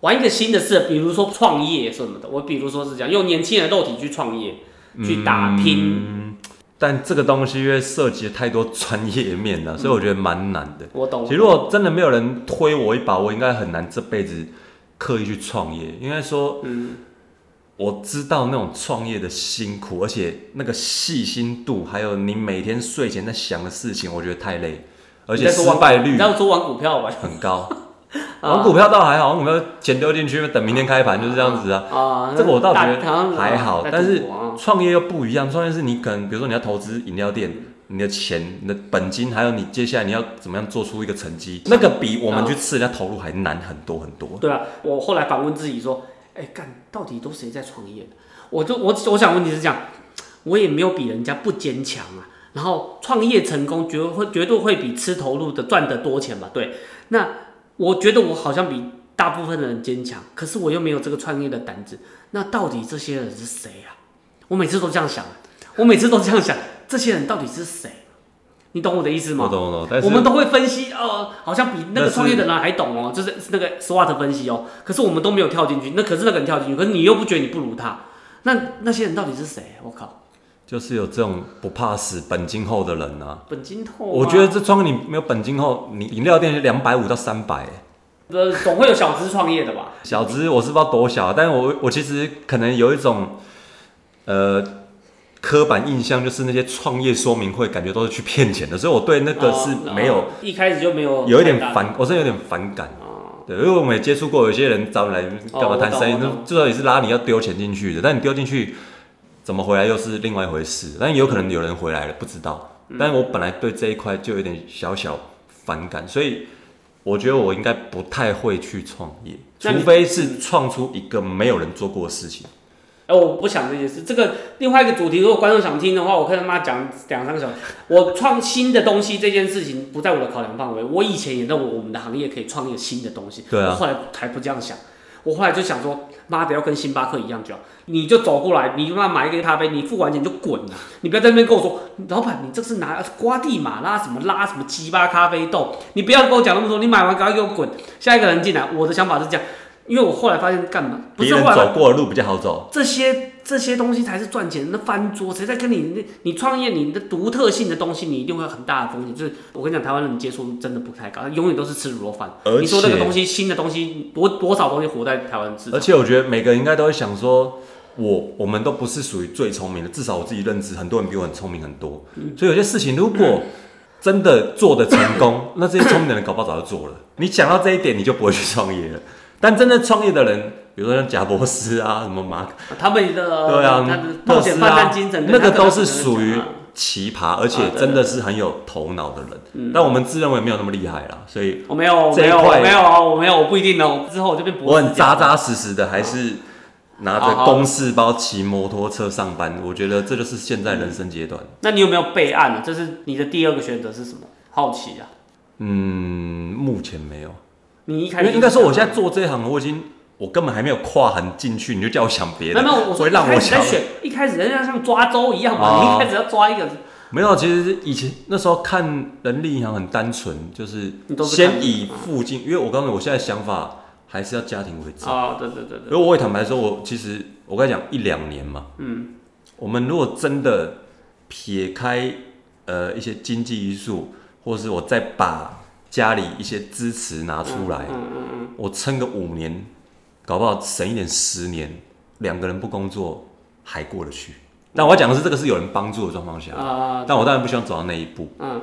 [SPEAKER 2] 玩一个新的事，比如说创业什么的，我比如说是这样，用年轻人的肉体去创业，
[SPEAKER 3] 嗯
[SPEAKER 2] 去打拼，
[SPEAKER 3] 但这个东西因为涉及太多专业面
[SPEAKER 4] 嗯
[SPEAKER 3] 了，所以我觉得蛮难的。
[SPEAKER 2] 我懂。
[SPEAKER 3] 其实如果真的没有人推我一把，我应该很难这辈子刻意去创业。应该说，
[SPEAKER 2] 嗯，
[SPEAKER 3] 我知道那种创业的辛苦，而且那个细心度，还有你每天睡前在想的事情，我觉得太累，而且
[SPEAKER 2] 你在说
[SPEAKER 3] 失
[SPEAKER 2] 玩
[SPEAKER 3] 败率
[SPEAKER 2] 你要说玩股票吧，
[SPEAKER 3] 很高。玩股票倒还好，玩股票钱丢进去，等明天开盘就是这样子啊。
[SPEAKER 2] 啊，
[SPEAKER 3] 这个我倒觉得
[SPEAKER 2] 大好像
[SPEAKER 3] 还好，
[SPEAKER 2] 在
[SPEAKER 3] 但是
[SPEAKER 2] 中国啊
[SPEAKER 3] 创业又不一样。创业是你可能，比如说你要投资饮料店，你的钱、你的本金，还有你接下来你要怎么样做出一个成绩，那个比我们去吃人家投入还难很多很多。
[SPEAKER 2] 对啊，我后来反问自己说，哎、干，到底都谁在创业？我就我我想问题是这样，我也没有比人家不坚强啊。然后创业成功绝会绝对会比吃投入的赚得多钱吧？对，那我觉得我好像比大部分的人坚强，可是我又没有这个创业的胆子。那到底这些人是谁啊？我每次都这样想，啊我每次都这样想，这些人到底是谁？你懂我的意思吗？
[SPEAKER 3] 我懂我懂，但是
[SPEAKER 2] 我们都会分析哦，好像比那
[SPEAKER 3] 那
[SPEAKER 2] 个
[SPEAKER 3] 是
[SPEAKER 2] 创业的人还懂哦，就是那个 SWOT 分析哦。可是我们都没有跳进去，那可是那个人跳进去，可是你又不觉得你不如他，那那些人到底是谁？我靠，
[SPEAKER 3] 就是有这种不怕死、本金厚的人啊。
[SPEAKER 2] 本金透吗，
[SPEAKER 3] 我觉得这创业你没有本金厚，你饮料店两百五到三百。欸
[SPEAKER 2] 呃总会有小资创业的吧？
[SPEAKER 3] 小资我是不知道多小，但是我我其实可能有一种，呃，刻板印象就是那些创业说明会感觉都是去骗钱的，所以我对那个是
[SPEAKER 2] 哦
[SPEAKER 3] 没有、
[SPEAKER 2] 哦一开始就没有，
[SPEAKER 3] 有一点。反，我是有点反感。对，因为我们也接触过有些人找你来干嘛谈生意
[SPEAKER 2] 哦我懂我，懂
[SPEAKER 3] 那最后也是拉你要丢钱进去的，但你丢进去怎么回来又是另外一回事。但有可能有人回来了，不知道。
[SPEAKER 2] 嗯
[SPEAKER 3] 但我本来对这一块就有点小小反感，所以我觉得我应该不太会去创业，
[SPEAKER 2] 那你
[SPEAKER 3] 除非是创出一个没有人做过的事情。
[SPEAKER 2] 哎、我不想这件事。这个另外一个主题，如果观众想听的话，我可以他妈讲两三个小时。我创新的东西这件事情不在我的考量范围。我以前也认为我们的行业可以创业新的东西，
[SPEAKER 3] 对啊
[SPEAKER 2] 我后来才不这样想。我后来就想说，妈的，要跟星巴克一样就好，你就走过来，你他妈买一个咖啡，你付完钱就滚了，你不要在那边跟我说，老板，你这是拿瓜地马拉什么拉什么鸡巴咖啡豆，你不要跟我讲那么多，你买完赶快给我滚。下一个人进来，我的想法是这样，因为我后来发现干嘛，不
[SPEAKER 3] 别
[SPEAKER 2] 是
[SPEAKER 3] 人
[SPEAKER 2] 后来
[SPEAKER 3] 走过的路比较好走，
[SPEAKER 2] 这些这些东西才是赚钱的。那翻桌，谁在跟你你你创业，你的独特性的东西，你一定会有很大的风险。就是我跟你讲，台湾人接触真的不太高，永远都是吃卤肉饭。
[SPEAKER 3] 而且
[SPEAKER 2] 你说那个东西，新的东西，多多少东西活在台湾市
[SPEAKER 3] 而
[SPEAKER 2] 场。
[SPEAKER 3] 且我觉得每个人应该都会想说，我我们都不是属于最聪明的，至少我自己认知，很多人比我很聪明很多。所以有些事情如果真的做得成功，嗯 *laughs* 那这些聪明的人搞不好早就做了。你想到这一点，你就不会去创业 *laughs* 了。但真的创业的人，比如说像贾博士啊，什么马 *laughs* 可，
[SPEAKER 2] 他们的
[SPEAKER 3] 对啊
[SPEAKER 2] 他的，冒
[SPEAKER 3] 特
[SPEAKER 2] 险
[SPEAKER 3] 斯
[SPEAKER 2] 泛滥
[SPEAKER 3] 拉
[SPEAKER 2] 精神，跟
[SPEAKER 3] 那
[SPEAKER 2] 他
[SPEAKER 3] 个
[SPEAKER 2] 各
[SPEAKER 3] 都
[SPEAKER 2] 种
[SPEAKER 3] 是
[SPEAKER 2] 人
[SPEAKER 3] 属于
[SPEAKER 2] 讲啊
[SPEAKER 3] 奇葩，而且
[SPEAKER 2] 啊对
[SPEAKER 3] 真的是很有头脑的人。但我们自认为没有那么厉害啦，所以
[SPEAKER 2] 我哦没有，我
[SPEAKER 3] 这
[SPEAKER 2] 没
[SPEAKER 3] 一
[SPEAKER 2] 有，我
[SPEAKER 3] 块
[SPEAKER 2] 没有，我没有，我不一定哦。之后我就变博士
[SPEAKER 3] 我很
[SPEAKER 2] 这样
[SPEAKER 3] 扎扎实实的，还是拿
[SPEAKER 2] 好
[SPEAKER 3] 着
[SPEAKER 2] 好
[SPEAKER 3] 公事包骑摩托车上班。我觉得这就是现在人生阶段。
[SPEAKER 2] 那你有没有备案啊呢？这是你的第二个选择是什么？好奇啊，
[SPEAKER 3] 嗯，目前没有，
[SPEAKER 2] 你一开
[SPEAKER 3] 因
[SPEAKER 2] 始
[SPEAKER 3] 为应该说我现在做这一行，我已经我根本还没有跨行进去，你就叫我想别
[SPEAKER 2] 没
[SPEAKER 3] 的，
[SPEAKER 2] 有没有，我说
[SPEAKER 3] 会
[SPEAKER 2] 一
[SPEAKER 3] 让
[SPEAKER 2] 开
[SPEAKER 3] 我
[SPEAKER 2] 始在
[SPEAKER 3] 想。
[SPEAKER 2] 选，一开始人家像抓周一样嘛，
[SPEAKER 3] 哦
[SPEAKER 2] *laughs* 你一开始要抓一个
[SPEAKER 3] 没有，其实以前那时候看人力银行很单纯，就是
[SPEAKER 2] 你都是看
[SPEAKER 3] 先以附近，因为我告诉你，我现在想法还是要家庭为重。
[SPEAKER 2] 啊、对对对对，
[SPEAKER 3] 如果我也坦白说，我其实我刚才讲一两年嘛，嗯，我们如果真的撇开呃一些经济因素，或是我再把家里一些支持拿出来，
[SPEAKER 2] 嗯嗯嗯，
[SPEAKER 3] 我撑个五年，搞不好省一点十年，两个人不工作还过得去。但我要讲的是，这个是有人帮助的状况下，
[SPEAKER 2] 啊
[SPEAKER 3] 但我当然不希望走到那一步，
[SPEAKER 2] 嗯，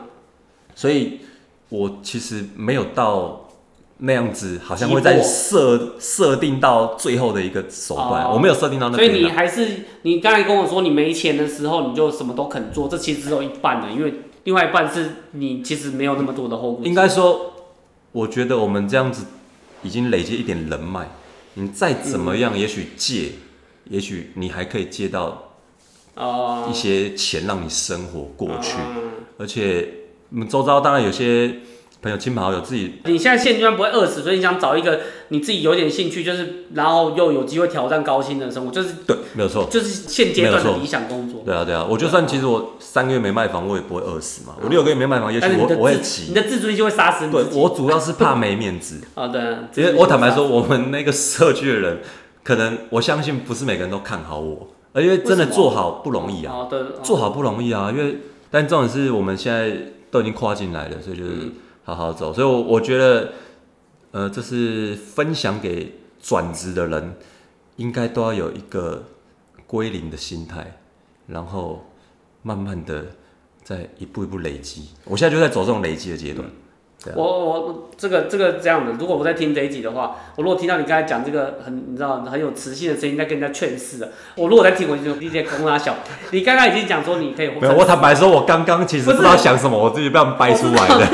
[SPEAKER 3] 所以我其实没有到那样子，好像会
[SPEAKER 2] 急
[SPEAKER 3] 在
[SPEAKER 2] 迫
[SPEAKER 3] 设设定到最后的一个手段，
[SPEAKER 2] 哦
[SPEAKER 3] 我没有设定到那
[SPEAKER 2] 所以
[SPEAKER 3] 边
[SPEAKER 2] 你
[SPEAKER 3] 啊。
[SPEAKER 2] 还是你刚才跟我说你没钱的时候你就什么都肯做，这其实只有一半了，因为另外一半是你其实没有那么多的后顾之忧。
[SPEAKER 3] 应该说，我觉得我们这样子已经累积一点人脉，你再怎么
[SPEAKER 2] 嗯
[SPEAKER 3] 样，也许借，也许你还可以借到
[SPEAKER 2] 啊，
[SPEAKER 3] 一些钱让你生活过去。
[SPEAKER 2] 嗯
[SPEAKER 3] 而且我们周遭当然有些朋友、亲朋好友自己
[SPEAKER 2] 你现在现阶段不会饿死，所以你想找一个你自己有点兴趣，就是然后又有机会挑战高薪的生活，就是
[SPEAKER 3] 对，没有错。
[SPEAKER 2] 就是现阶段
[SPEAKER 3] 没有
[SPEAKER 2] 的
[SPEAKER 3] 错
[SPEAKER 2] 理想工作。
[SPEAKER 3] 对啊，对啊，我就算其实我三个月没卖房，我也不会饿死嘛。我六个月没卖房，也许
[SPEAKER 2] 但是你
[SPEAKER 3] 我
[SPEAKER 2] 的
[SPEAKER 3] 我会
[SPEAKER 2] 自你
[SPEAKER 3] 急。
[SPEAKER 2] 的自尊心就会杀死你
[SPEAKER 3] 对
[SPEAKER 2] 自，己。
[SPEAKER 3] 我主要是怕没
[SPEAKER 2] *laughs*
[SPEAKER 3] 面子。
[SPEAKER 2] 啊，对啊，
[SPEAKER 3] 因为我坦白说，我们那个社区的人，可能我相信不是每个人都看好我，而因为真的
[SPEAKER 2] 为什么
[SPEAKER 3] 做好不容易啊，
[SPEAKER 2] 哦，对，哦
[SPEAKER 3] 做好不容易啊。因为但重点是我们现在都已经跨进来了，所以就是
[SPEAKER 2] 嗯
[SPEAKER 3] 好好走。所以我，我觉得，呃，这是分享给转职的人，应该都要有一个归零的心态，然后慢慢的再一步一步累积。我现在就在走这种累积的阶段。
[SPEAKER 2] 嗯
[SPEAKER 3] 对啊
[SPEAKER 2] 我我我这个这个这样的，如果我在听这一集的话，我如果听到你刚才讲这个很你知道很有磁性的声音在跟人家劝世的，我如果在听我就直接攻他啊小。 *laughs* 你刚刚已经讲说你可以，
[SPEAKER 3] 没有，我坦白说，我刚刚其实不知道想什么，我自己被他们掰出来的。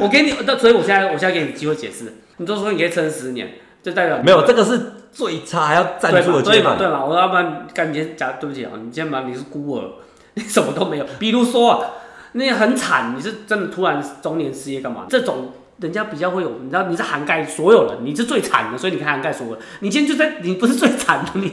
[SPEAKER 2] 我给你，那所以我现在我现在给你机会解释，你都说你可以撑十年，就代表你
[SPEAKER 3] 没有，这个是最差还要
[SPEAKER 2] 对
[SPEAKER 3] 赞助
[SPEAKER 2] 嘛
[SPEAKER 3] 的
[SPEAKER 2] 对
[SPEAKER 3] 阶
[SPEAKER 2] 嘛
[SPEAKER 3] 段。
[SPEAKER 2] 对嘛，我要不然干你先讲，对不起啊，你先把你是孤儿，你什么都没有。 *laughs* 比如说啊，那很惨，你是真的突然中年失业干嘛？这种人家比较会有，你知道你是涵盖所有人，你是最惨的，所以你可以涵盖所有人。哦你今天就在，你不是最惨的，你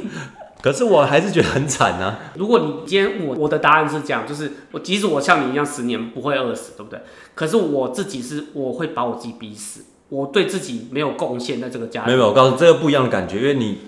[SPEAKER 3] 可是我还是觉得很惨啊。
[SPEAKER 2] 如果你今天问我我的答案是这样，就是我即使我像你一样十年不会饿死，对不对？可是我自己是我会把我自己逼死，我对自己没有贡献在这个家
[SPEAKER 3] 没有
[SPEAKER 2] 里
[SPEAKER 3] 没有，我告诉你，这个不一样的感觉，因为你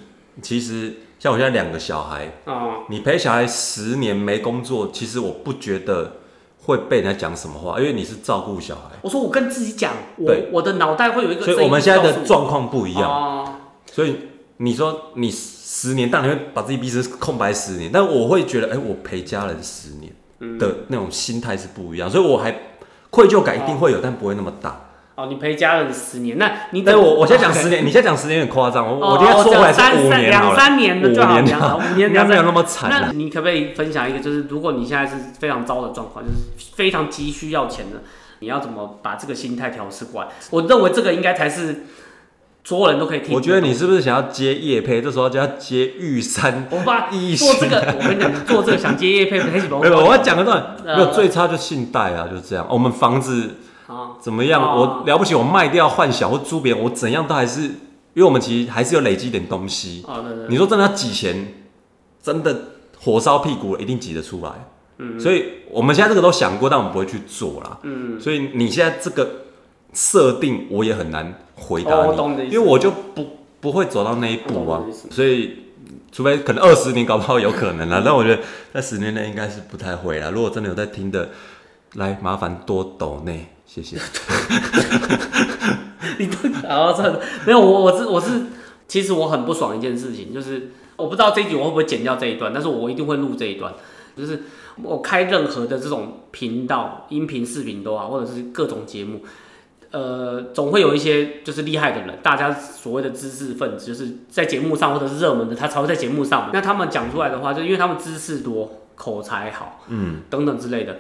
[SPEAKER 3] 其实像我现在两个小孩，
[SPEAKER 2] 啊、
[SPEAKER 3] 你陪小孩十年没工作，其实我不觉得会被人家讲什么话，因为你是照顾小孩，
[SPEAKER 2] 我说我跟自己讲，我
[SPEAKER 3] 对
[SPEAKER 2] 我的脑袋会有一个声
[SPEAKER 3] 所
[SPEAKER 2] 音告诉我，
[SPEAKER 3] 以我们现在的状况不一样。
[SPEAKER 2] 哦
[SPEAKER 3] 所以你说你十年，当然会把自己逼成空白十年，但我会觉得，哎、我陪家人十年的那种心态是不一样，所以我还愧疚感一定会有，但不会那么大。
[SPEAKER 2] 哦，你陪家人十年，那
[SPEAKER 3] *laughs*
[SPEAKER 2] 你
[SPEAKER 3] 但
[SPEAKER 2] 等
[SPEAKER 3] 是我我现在讲十年，你现在讲十年有点夸张，我、
[SPEAKER 2] 哦，
[SPEAKER 3] 我今天
[SPEAKER 2] 哦
[SPEAKER 3] 说回来
[SPEAKER 2] 这样
[SPEAKER 3] 是五
[SPEAKER 2] 三
[SPEAKER 3] 年好
[SPEAKER 2] 两
[SPEAKER 3] 了，
[SPEAKER 2] 三年的就好，
[SPEAKER 3] 五年
[SPEAKER 2] 两
[SPEAKER 3] 啊
[SPEAKER 2] 三五年
[SPEAKER 3] *laughs* 应该
[SPEAKER 2] 两
[SPEAKER 3] 没有那
[SPEAKER 2] 三。
[SPEAKER 3] 么惨
[SPEAKER 2] 那
[SPEAKER 3] 啊。
[SPEAKER 2] 你可不可以分享一个，就是如果你现在是非常糟的状况，就是非常急需要钱的，你要怎么把这个心态调试过来？我认为这个应该才是所有人都可以听。
[SPEAKER 3] 我觉得你是不是想要接叶配？这时候就要接玉山
[SPEAKER 2] 我把
[SPEAKER 3] 医
[SPEAKER 2] 做这
[SPEAKER 3] 生。
[SPEAKER 2] 个，我跟你讲，你做这个想接业配，黑起
[SPEAKER 3] 没有，我要讲个段，
[SPEAKER 2] 呃
[SPEAKER 3] 没有最差就信贷啊，就是这样。我们房子
[SPEAKER 2] 啊，
[SPEAKER 3] 怎么样？
[SPEAKER 2] 哦
[SPEAKER 3] 我了不起，我卖掉换小或租别人，我怎样都还是，因为我们其实还是有累积一点东西。
[SPEAKER 2] 哦对对对，
[SPEAKER 3] 你说真的要挤钱，真的火烧屁股了，一定挤得出来。嗯，所以我们现在这个都想过，但我们不会去做啦。嗯，所以你现在这个设定，我也很难回答
[SPEAKER 2] 哦我
[SPEAKER 3] 你，
[SPEAKER 2] 懂你的意思
[SPEAKER 3] 因为我就不不会走到那一步
[SPEAKER 2] 我
[SPEAKER 3] 啊
[SPEAKER 2] 懂你的意。思
[SPEAKER 3] 所以，除非可能二十年搞不好有可能啦， *laughs* 但我觉得在十年内应该是不太会啦。如果真的有在听的，来麻烦多抖内，
[SPEAKER 2] *laughs*
[SPEAKER 3] 谢谢。
[SPEAKER 2] 你都然后这没有我我是我是，其实我很不爽一件事情，就是我不知道这一集我会不会剪掉这一段，但是我一定会录这一段。就是我开任何的这种频道，音频、视频都好，或者是各种节目，呃，总会有一些就是厉害的人，大家所谓的知识分子，就是在节目上或者是热门的，他才会在节目上嘛。那他们讲出来的话，就因为他们知识多、口才好，嗯，等等之类的。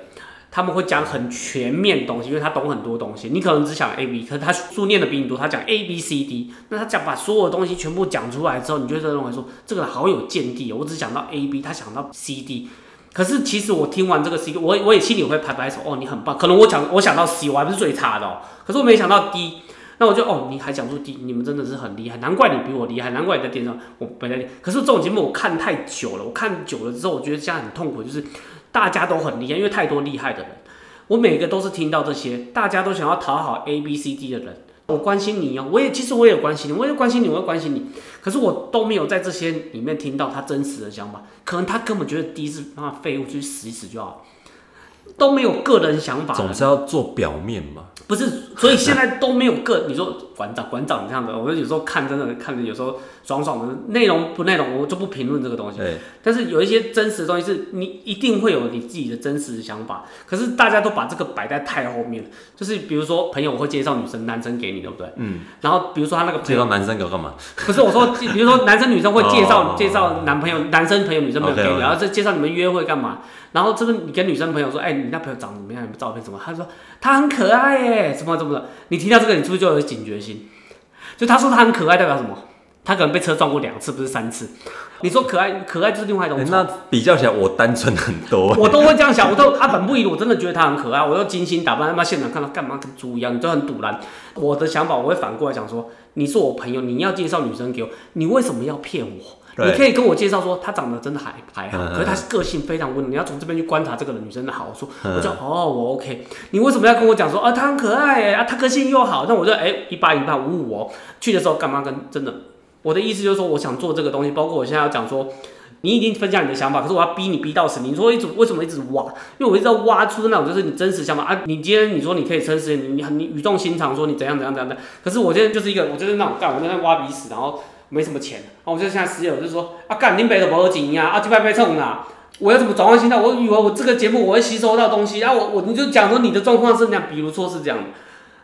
[SPEAKER 2] 他们会讲很全面的东西，因为他懂很多东西。你可能只想 A B，可是他书念的比你多，他讲 A B C D，那他讲把所有东西全部讲出来之后，你就会认为说这个人好有见地哦。我只想到 A B，他想到 C D。可是其实我听完这个 C，我我也心里会拍拍手，哦，你很棒。可能我讲我想到 C，我还不是最差的哦，可是我没想到 D。那我就哦，你还讲出 D，你们真的是很厉害，难怪你比我厉害，难怪你在电视上我没在电。可是这种节目我看太久了，我看久了之后，我觉得现在很痛苦，就是大家都很厉害，因为太多厉害的人，我每个都是听到这些，大家都想要讨好 A B C D 的人。我关心你哦，我也其实我也关心你，我也关心你，我也关心你，可是我都没有在这些里面听到他真实的想法，可能他根本觉得 D 是妈废物，去死一死就好，都没有个人想法了。
[SPEAKER 3] 总是要做表面嘛。
[SPEAKER 2] 不是，所以现在都没有个你说馆长馆长这样的，我有时候看真的看着有时候爽爽的内容不内容，我就不评论这个东西。
[SPEAKER 3] 对，
[SPEAKER 2] 但是有一些真实的东西是你一定会有你自己的真实想法，可是大家都把这个摆在太后面了。就是比如说朋友会介绍女生男生给你，对不对？
[SPEAKER 3] 嗯，
[SPEAKER 2] 然后比如说他那个朋
[SPEAKER 3] 介
[SPEAKER 2] 友
[SPEAKER 3] 绍男生给我
[SPEAKER 2] *laughs*
[SPEAKER 3] 干嘛？
[SPEAKER 2] 不是我说，比如说男生女生会介绍
[SPEAKER 3] 哦
[SPEAKER 2] 介绍男朋友，男生朋友女生朋友给
[SPEAKER 3] OK，OK
[SPEAKER 2] 你，然后再介绍你们约会干嘛？然后这个你跟女生朋友说，哎，你那朋友长得怎么样？你们照片什么？他说他很可爱耶，什么什么的。你听到这个，你是不是就有警觉心？就他说他很可爱，代表什么？他可能被车撞过两次，不是三次。你说可爱，可爱就是另外一种
[SPEAKER 3] 哎
[SPEAKER 2] 丑。
[SPEAKER 3] 那比较起来，我单纯很多、
[SPEAKER 2] 我都会这样想，我都阿本不一，我真的觉得他很可爱，我又精心打扮，他妈现场看到干嘛跟猪一样，你都很堵然。我的想法我会反过来想说，你是我朋友，你要介绍女生给我，你为什么要骗我？
[SPEAKER 3] 对
[SPEAKER 2] 你可以跟我介绍说她长得真的还还好，
[SPEAKER 3] 嗯
[SPEAKER 2] 可是她个性非常温柔，你要从这边去观察这个女生的好处。
[SPEAKER 3] 嗯
[SPEAKER 2] 我就哦，我 OK，你为什么要跟我讲说啊她很可爱哎，啊她个性又好，那我就哎一八一八五五哦，去的时候干嘛跟真的。我的意思就是说，我想做这个东西，包括我现在要讲说，你已经分享你的想法，可是我要逼你逼到死。你说一直为什么一直挖？因为我一直在挖出那种就是你真实想法啊。你今天你说你可以真实，你你你语重心长说你怎样怎样怎样怎样。可是我今天就是一个，我就是那种干，我在那挖鼻屎，然后没什么钱，然后我就现在失业，我就说啊干，你北的不钱呀，啊鸡巴被冲啦。我要怎么转换心态？我以为我这个节目我会吸收到东西，啊我我你就讲说你的状况是这样，比如说是这样的，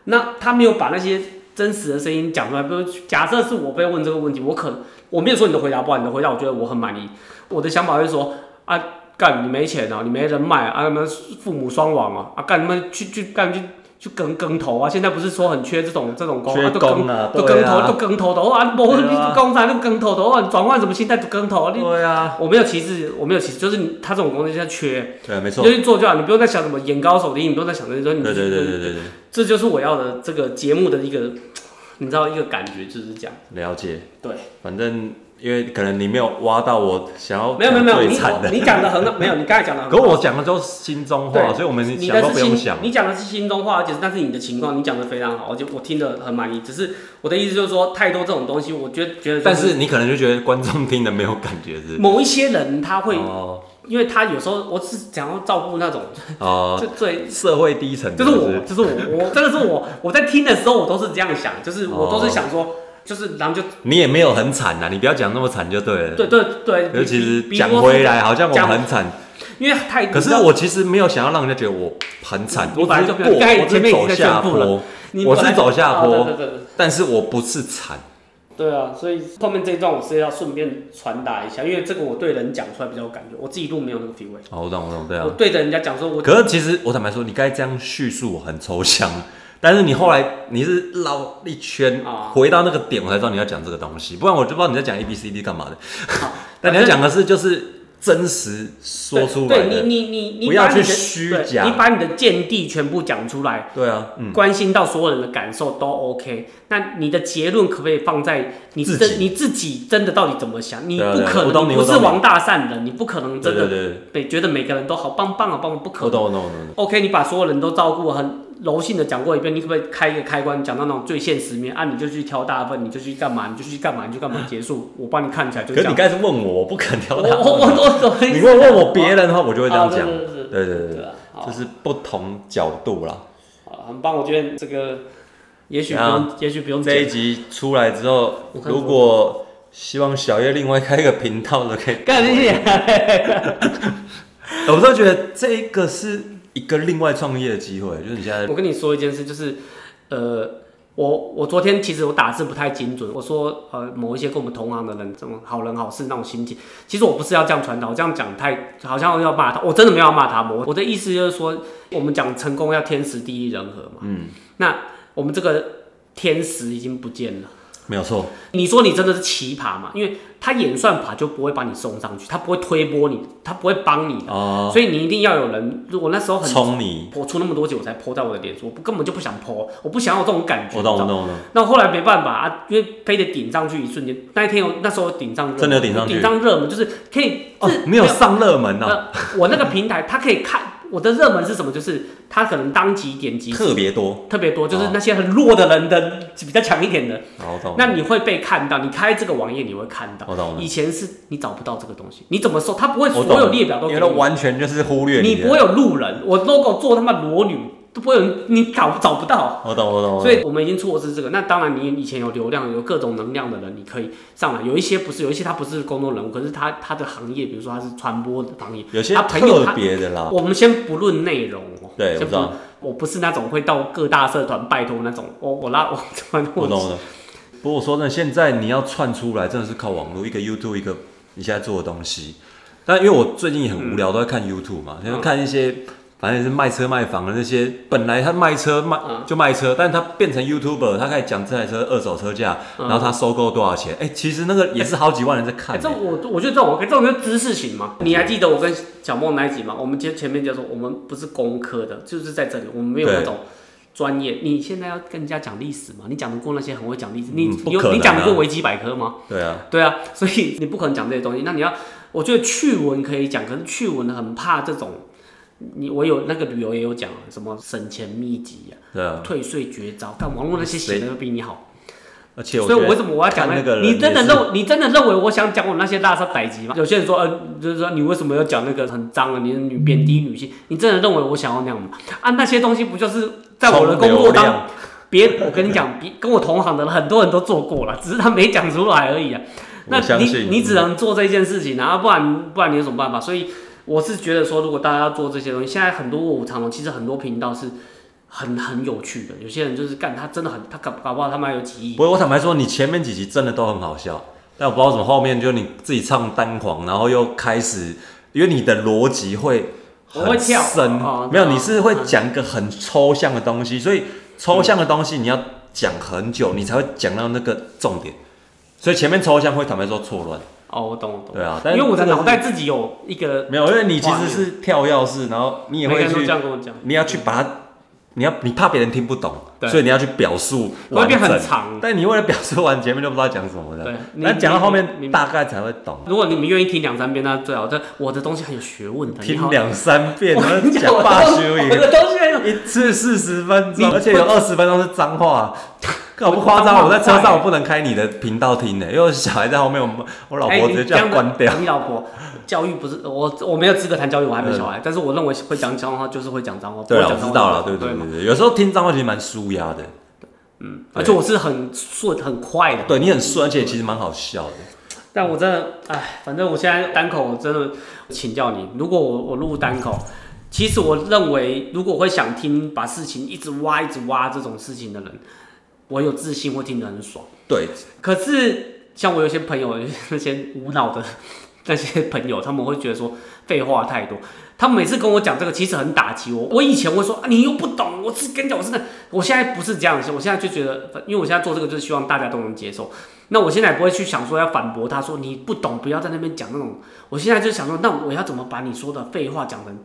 [SPEAKER 2] 那他没有把那些真实的声音讲出来。比如假设是我被问这个问题，我可能我没有说你的回答不好，你的回答我觉得我很满意。我的想法就是说啊，干你没钱啊，你没人脉啊，他们父母双亡啊，啊干你们去去干去去耕耕头啊！现在不是说很缺这种这种工，
[SPEAKER 3] 缺
[SPEAKER 2] 啊、都耕
[SPEAKER 3] 工啊，
[SPEAKER 2] 都
[SPEAKER 3] 对
[SPEAKER 2] 耕头
[SPEAKER 3] 啊
[SPEAKER 2] 都，耕头头啊，无
[SPEAKER 3] 对啊
[SPEAKER 2] 你工厂都耕头头啊，你转换什么心态都耕头啊！你
[SPEAKER 3] 对啊，
[SPEAKER 2] 我没有歧视，我没有歧视，就是你他这种工作现在缺，
[SPEAKER 3] 对，没
[SPEAKER 2] 你
[SPEAKER 3] 错，
[SPEAKER 2] 就
[SPEAKER 3] 对
[SPEAKER 2] 去做就好，你不用再想什么眼高手低，你不用再想这些东西，你就
[SPEAKER 3] 对
[SPEAKER 2] 去
[SPEAKER 3] 对对对对，
[SPEAKER 2] 这就是我要的这个节目的一个，你知道一个感觉就是这样。
[SPEAKER 3] 了解。
[SPEAKER 2] 对，
[SPEAKER 3] 反正因为可能你没有挖到我想要
[SPEAKER 2] 没有没有没有，
[SPEAKER 3] 最
[SPEAKER 2] 你
[SPEAKER 3] 惨的，
[SPEAKER 2] 你讲的很好，没有，你刚才讲的很好
[SPEAKER 3] 可我讲的都是心中话，
[SPEAKER 2] 对
[SPEAKER 3] 所以我们
[SPEAKER 2] 你
[SPEAKER 3] 想
[SPEAKER 2] 的
[SPEAKER 3] 都
[SPEAKER 2] 是
[SPEAKER 3] 不用
[SPEAKER 2] 心
[SPEAKER 3] 想，。
[SPEAKER 2] 你讲的是心中话，而且是但是你的情况，你讲的非常好，而且我听得很满意。只是我的意思就是说，太多这种东西，我觉得觉得，
[SPEAKER 3] 但是你可能就觉得观众听的没有感觉是不是
[SPEAKER 2] 某一些人他会，
[SPEAKER 3] 哦
[SPEAKER 2] 因为他有时候我是想要照顾那种 *laughs*
[SPEAKER 3] 哦，
[SPEAKER 2] 最
[SPEAKER 3] *laughs*
[SPEAKER 2] 最
[SPEAKER 3] 社会低层的
[SPEAKER 2] 就是
[SPEAKER 3] 不
[SPEAKER 2] 我，就是我， *laughs* 我真的是我，我在听的时候，我都是这样想，就是我都
[SPEAKER 3] 哦
[SPEAKER 2] 是想说，就是然后就
[SPEAKER 3] 你也没有很惨啊呐，你不要讲那么惨就对了。
[SPEAKER 2] 对对对，
[SPEAKER 3] 可是其实
[SPEAKER 2] 比
[SPEAKER 3] 讲回，来，好像我
[SPEAKER 2] 讲
[SPEAKER 3] 很惨，
[SPEAKER 2] 比因为太
[SPEAKER 3] 可是我其实没有想要让人家觉得我很惨，
[SPEAKER 2] 你
[SPEAKER 3] 我只
[SPEAKER 2] 本来
[SPEAKER 3] 是
[SPEAKER 2] 就
[SPEAKER 3] 过，
[SPEAKER 2] 刚才
[SPEAKER 3] 我只
[SPEAKER 2] 前
[SPEAKER 3] 是
[SPEAKER 2] 面已
[SPEAKER 3] 走
[SPEAKER 2] 经在
[SPEAKER 3] 下
[SPEAKER 2] 宣布了
[SPEAKER 3] 坡，
[SPEAKER 2] 你
[SPEAKER 3] 我
[SPEAKER 2] 本来
[SPEAKER 3] 是走下坡
[SPEAKER 2] 哦对对对对
[SPEAKER 3] 但是我不是惨。
[SPEAKER 2] 对啊，所以后面这一段我是要顺便传达一下，因为这个我对人讲出来比较有感觉，我自己录没有那个 feel 味、
[SPEAKER 3] 哦，我懂，我懂，对
[SPEAKER 2] 我
[SPEAKER 3] 啊。
[SPEAKER 2] 对着人家讲说我，
[SPEAKER 3] 可是其实我坦白说，你刚才这样叙述很抽象，但是你后来你是绕一圈
[SPEAKER 2] 啊
[SPEAKER 3] 回到那个点，我才知道你要讲这个东西，不然我就不知道你在讲 A B C D 干嘛的。
[SPEAKER 2] 好，
[SPEAKER 3] 但你要讲的是就是真实说出来
[SPEAKER 2] 对对
[SPEAKER 3] 的，
[SPEAKER 2] 你你你你
[SPEAKER 3] 不要
[SPEAKER 2] 把你的
[SPEAKER 3] 去虚
[SPEAKER 2] 对
[SPEAKER 3] 假
[SPEAKER 2] 你把你的见地全部讲出来，
[SPEAKER 3] 对啊，嗯，
[SPEAKER 2] 关心到所有人的感受都 OK。那你的结论可不可以放在你
[SPEAKER 3] 自
[SPEAKER 2] 真
[SPEAKER 3] 己
[SPEAKER 2] 你自己真的到底怎么想？你
[SPEAKER 3] 对啊
[SPEAKER 2] 不
[SPEAKER 3] 对啊
[SPEAKER 2] 可
[SPEAKER 3] 我懂
[SPEAKER 2] 能你
[SPEAKER 3] 你
[SPEAKER 2] 不
[SPEAKER 3] 我
[SPEAKER 2] 是
[SPEAKER 3] 懂你
[SPEAKER 2] 王大善人，你不可能真
[SPEAKER 3] 对对
[SPEAKER 2] 的
[SPEAKER 3] 对，对
[SPEAKER 2] 对觉得每个人都好棒棒好啊棒棒，不可能。
[SPEAKER 3] 我懂我懂我懂。
[SPEAKER 2] OK，你把所有人都照顾，很柔性的讲过一遍，你可不可以开一个开关，讲到那种最现实面啊？你就去挑大份，你就去干嘛，你就去干嘛，你就干嘛，结束，我帮你看起来就
[SPEAKER 3] 嗯可
[SPEAKER 2] 这
[SPEAKER 3] 是
[SPEAKER 2] 样。
[SPEAKER 3] 你刚才是问我，我不肯
[SPEAKER 2] 我
[SPEAKER 3] 挑他。
[SPEAKER 2] *laughs* 我我我我，
[SPEAKER 3] 你如果问我别人的话，我就会这样讲
[SPEAKER 2] 啊。对对
[SPEAKER 3] 对对
[SPEAKER 2] 对
[SPEAKER 3] 对
[SPEAKER 2] 对
[SPEAKER 3] 对，
[SPEAKER 2] 啊，好
[SPEAKER 3] 就，是不同角度啦。
[SPEAKER 2] 好很棒，我觉得这个也许不
[SPEAKER 3] 怎
[SPEAKER 2] 用，也许不用
[SPEAKER 3] 这一
[SPEAKER 2] 剪。
[SPEAKER 3] 集出来之后
[SPEAKER 2] 我，看
[SPEAKER 3] 如果希望小叶另外开一个频道的，可以。
[SPEAKER 2] 干谢谢。
[SPEAKER 3] 我都觉得这一个是一个另外创业的机会，就是你现在
[SPEAKER 2] 我跟你说一件事，就是，呃，我我昨天其实我打字不太精准，我说呃某一些跟我们同行的人，怎么好人好事那种心情，其实我不是要这样传达，我这样讲太好像要骂他，我真的没有要骂他们，我我的意思就是说，我们讲成功要天时地利人和嘛，嗯，那我们这个天时已经不见了。
[SPEAKER 3] 没有错，
[SPEAKER 2] 你说你真的是奇葩嘛？因为他演算法就不会把你送上去，他不会推波你，他不会帮你的，
[SPEAKER 3] 哦
[SPEAKER 2] 所以你一定要有人。我那时候很
[SPEAKER 3] 冲你，
[SPEAKER 2] 我出那么多集，我才泼在我的脸书，我不根本就不想泼，我不想要有这种感觉。
[SPEAKER 3] 我懂我
[SPEAKER 2] 你知道吗。
[SPEAKER 3] 懂我懂，
[SPEAKER 2] 那后来没办法啊，因为非得顶上去一瞬间。那一天我那时候顶上热门
[SPEAKER 3] 真的有顶上去
[SPEAKER 2] 顶上热门就是可以，
[SPEAKER 3] 哦
[SPEAKER 2] 是，
[SPEAKER 3] 没有上啊热门呐，
[SPEAKER 2] 呃，我那个平台它可以看我的热门是什么，就是它可能当集点
[SPEAKER 3] *laughs*
[SPEAKER 2] 击
[SPEAKER 3] 特别多，
[SPEAKER 2] 特别多，
[SPEAKER 3] 哦
[SPEAKER 2] 就是那些很弱的人的比较强一点的，
[SPEAKER 3] 好啊我懂，
[SPEAKER 2] 那你会被看到。你开这个网页你会看到
[SPEAKER 3] 哦我懂我，懂
[SPEAKER 2] 以前是你找不到这个东西，你怎么搜它不会
[SPEAKER 3] 我
[SPEAKER 2] 所
[SPEAKER 3] 懂
[SPEAKER 2] 有列表都给
[SPEAKER 3] 因
[SPEAKER 2] 你
[SPEAKER 3] 为它完全就是忽略
[SPEAKER 2] 你
[SPEAKER 3] 的
[SPEAKER 2] 不会有路人，我 logo 做他妈裸女都不会有人，你搞找不到。
[SPEAKER 3] 我懂我懂，我懂
[SPEAKER 2] 所以我们已经错失这个。那当然，你以前有流量、有各种能量的人，你可以上来。有一些不是，有一些他不是公众人物，可是他他的行业，比如说他是传播的行业，
[SPEAKER 3] 有些
[SPEAKER 2] 他啊朋友
[SPEAKER 3] 特
[SPEAKER 2] 他。
[SPEAKER 3] 别的啦，
[SPEAKER 2] 我们先不论内容哦，
[SPEAKER 3] 对
[SPEAKER 2] 先
[SPEAKER 3] 我知道
[SPEAKER 2] 不，我不是那种会到各大社团拜托那种，我我拉我 *laughs*
[SPEAKER 3] 我懂我懂。不过我说真的，现在你要窜出来，真的是靠网络，一个 YouTube，一个
[SPEAKER 2] 嗯
[SPEAKER 3] 你现在做的东西。但因为我最近也很无聊，都在看 YouTube 嘛，就是看一些反正也是卖车卖房的那些，本来他卖车卖
[SPEAKER 2] 嗯
[SPEAKER 3] 就卖车，但他变成 YouTuber，他开始讲这台车二手车价，然后他收购多少钱？哎、其实那个也是好几万人在
[SPEAKER 2] 嗯
[SPEAKER 3] 看、
[SPEAKER 2] 哎，这
[SPEAKER 3] 哎
[SPEAKER 2] 我我觉得这种这种就是知识型嘛。你还记得我跟小梦那一集吗？我们前前面就说我们不是工科的，就是在这里我们没有
[SPEAKER 3] 对
[SPEAKER 2] 那种专业。你现在要跟人家讲历史嘛？你讲得过那些很会讲历史？你、
[SPEAKER 3] 嗯不
[SPEAKER 2] 有
[SPEAKER 3] 可能
[SPEAKER 2] 你讲得
[SPEAKER 3] 啊
[SPEAKER 2] 过维基百科吗？
[SPEAKER 3] 对啊，
[SPEAKER 2] 对啊，所以你不可能讲这些东西。那你要，我觉得趣闻可以讲，可是趣闻很怕这种。你我有那个旅游也有讲什么省钱秘籍啊、
[SPEAKER 3] 对啊，
[SPEAKER 2] 退税绝招，但网络那些写的都比你好，
[SPEAKER 3] 而且我
[SPEAKER 2] 所以
[SPEAKER 3] 觉
[SPEAKER 2] 我为
[SPEAKER 3] 得
[SPEAKER 2] 什么我要讲
[SPEAKER 3] 看那个人
[SPEAKER 2] 你真的
[SPEAKER 3] 也是
[SPEAKER 2] 认你真的认为我想讲我那些垃圾歹集吗？有些人说，呃，就是说你为什么要讲那个很脏啊，你的女贬低女性？你真的认为我想要那样吗？啊，那些东西不就是在我的工
[SPEAKER 3] 冲流
[SPEAKER 2] 作当
[SPEAKER 3] 量
[SPEAKER 2] 别，我跟你讲，比跟我同行的人很多人都做过了，只是他没讲出来而已啊。那
[SPEAKER 3] 我相
[SPEAKER 2] 你
[SPEAKER 3] 信
[SPEAKER 2] 你只能做这件事情啊，不然不然你有什么办法？所以我是觉得说，如果大家要做这些东西，现在很多卧虎藏龙，其实很多频道是很很有趣的。有些人就是干，他真的很，他搞搞不好他妈有几亿
[SPEAKER 3] 不。过我坦白说，你前面几集真的都很好笑，但我不知道为什么后面就你自己唱单簧，然后又开始，因为你的逻辑会
[SPEAKER 2] 我会
[SPEAKER 3] 很
[SPEAKER 2] 跳
[SPEAKER 3] 深，
[SPEAKER 2] 哦
[SPEAKER 3] 没有，
[SPEAKER 2] 对啊
[SPEAKER 3] 你是会讲一个很抽象的东西，所以抽象的东西你要讲很久，你才会讲到那个重点。所以前面抽象会坦白说错乱，
[SPEAKER 2] 哦，我懂我懂，
[SPEAKER 3] 对啊，但
[SPEAKER 2] 因为我的
[SPEAKER 3] 这个是
[SPEAKER 2] 脑袋自己有一个，
[SPEAKER 3] 没有，因为你其实是跳钥匙，然后你也
[SPEAKER 2] 每个
[SPEAKER 3] 会
[SPEAKER 2] 人都这
[SPEAKER 3] 去，
[SPEAKER 2] 样跟我讲，
[SPEAKER 3] 你要去把它，你要你怕别人听不懂，
[SPEAKER 2] 对
[SPEAKER 3] 所以你要去表述
[SPEAKER 2] 会
[SPEAKER 3] 完
[SPEAKER 2] 变很
[SPEAKER 3] 整。
[SPEAKER 2] 长。
[SPEAKER 3] *laughs* 但你为了表示完前面就不知道讲什么
[SPEAKER 2] 对
[SPEAKER 3] 的，
[SPEAKER 2] 你
[SPEAKER 3] 那讲到后
[SPEAKER 2] 你
[SPEAKER 3] 面
[SPEAKER 2] 你
[SPEAKER 3] 大概才会懂，
[SPEAKER 2] 如果你们愿意听两三遍，那最好。但我的东西很有学问的，你
[SPEAKER 3] 听
[SPEAKER 2] 好
[SPEAKER 3] 两三遍，
[SPEAKER 2] 我
[SPEAKER 3] 然后
[SPEAKER 2] 跟你讲
[SPEAKER 3] 讲
[SPEAKER 2] 我
[SPEAKER 3] 罢
[SPEAKER 2] 的东
[SPEAKER 3] 休
[SPEAKER 2] 我
[SPEAKER 3] 也
[SPEAKER 2] 的东西很有
[SPEAKER 3] *laughs* 一次四十分
[SPEAKER 2] 你
[SPEAKER 3] 钟，而且有二十分钟是脏话，
[SPEAKER 2] *laughs*
[SPEAKER 3] 搞不夸张，我在车上我不能开你的频道听呢，因为我小孩在后面，我我老
[SPEAKER 2] 哎，
[SPEAKER 3] 婆直接叫她关
[SPEAKER 2] 你
[SPEAKER 3] 掉
[SPEAKER 2] 这样子。你老婆教育不是我，我没有资格谈教育，我还没小孩。但是我认为会讲脏话就是会讲脏话，不
[SPEAKER 3] 对啊
[SPEAKER 2] 会
[SPEAKER 3] 了，
[SPEAKER 2] 讲
[SPEAKER 3] 我
[SPEAKER 2] 脏
[SPEAKER 3] 知
[SPEAKER 2] 话
[SPEAKER 3] 道了，
[SPEAKER 2] 就
[SPEAKER 3] 对
[SPEAKER 2] 不
[SPEAKER 3] 对
[SPEAKER 2] 嘛
[SPEAKER 3] 对对，有时候听脏话其实蛮舒压的，
[SPEAKER 2] 而且我是很顺很快的，
[SPEAKER 3] 对你很顺，而且其实蛮好笑的。
[SPEAKER 2] 但我真的，哎，反正我现在单口，我真的请教你，如果我我录单口，其实我认为，如果会想听把事情一直挖一直挖这种事情的人，我有自信会听得很爽。
[SPEAKER 3] 对，
[SPEAKER 2] 可是像我有些朋友，那些无脑的那些朋友，他们会觉得说废话太多。他每次跟我讲这个，其实很打击我。我以前会说、啊、你又不懂，我是跟你讲，我是那……我现在不是这样想，我现在就觉得，因为我现在做这个就是希望大家都能接受。那我现在也不会去想说要反驳他说你不懂，不要在那边讲那种。我现在就想说，那我要怎么把你说的废话讲成，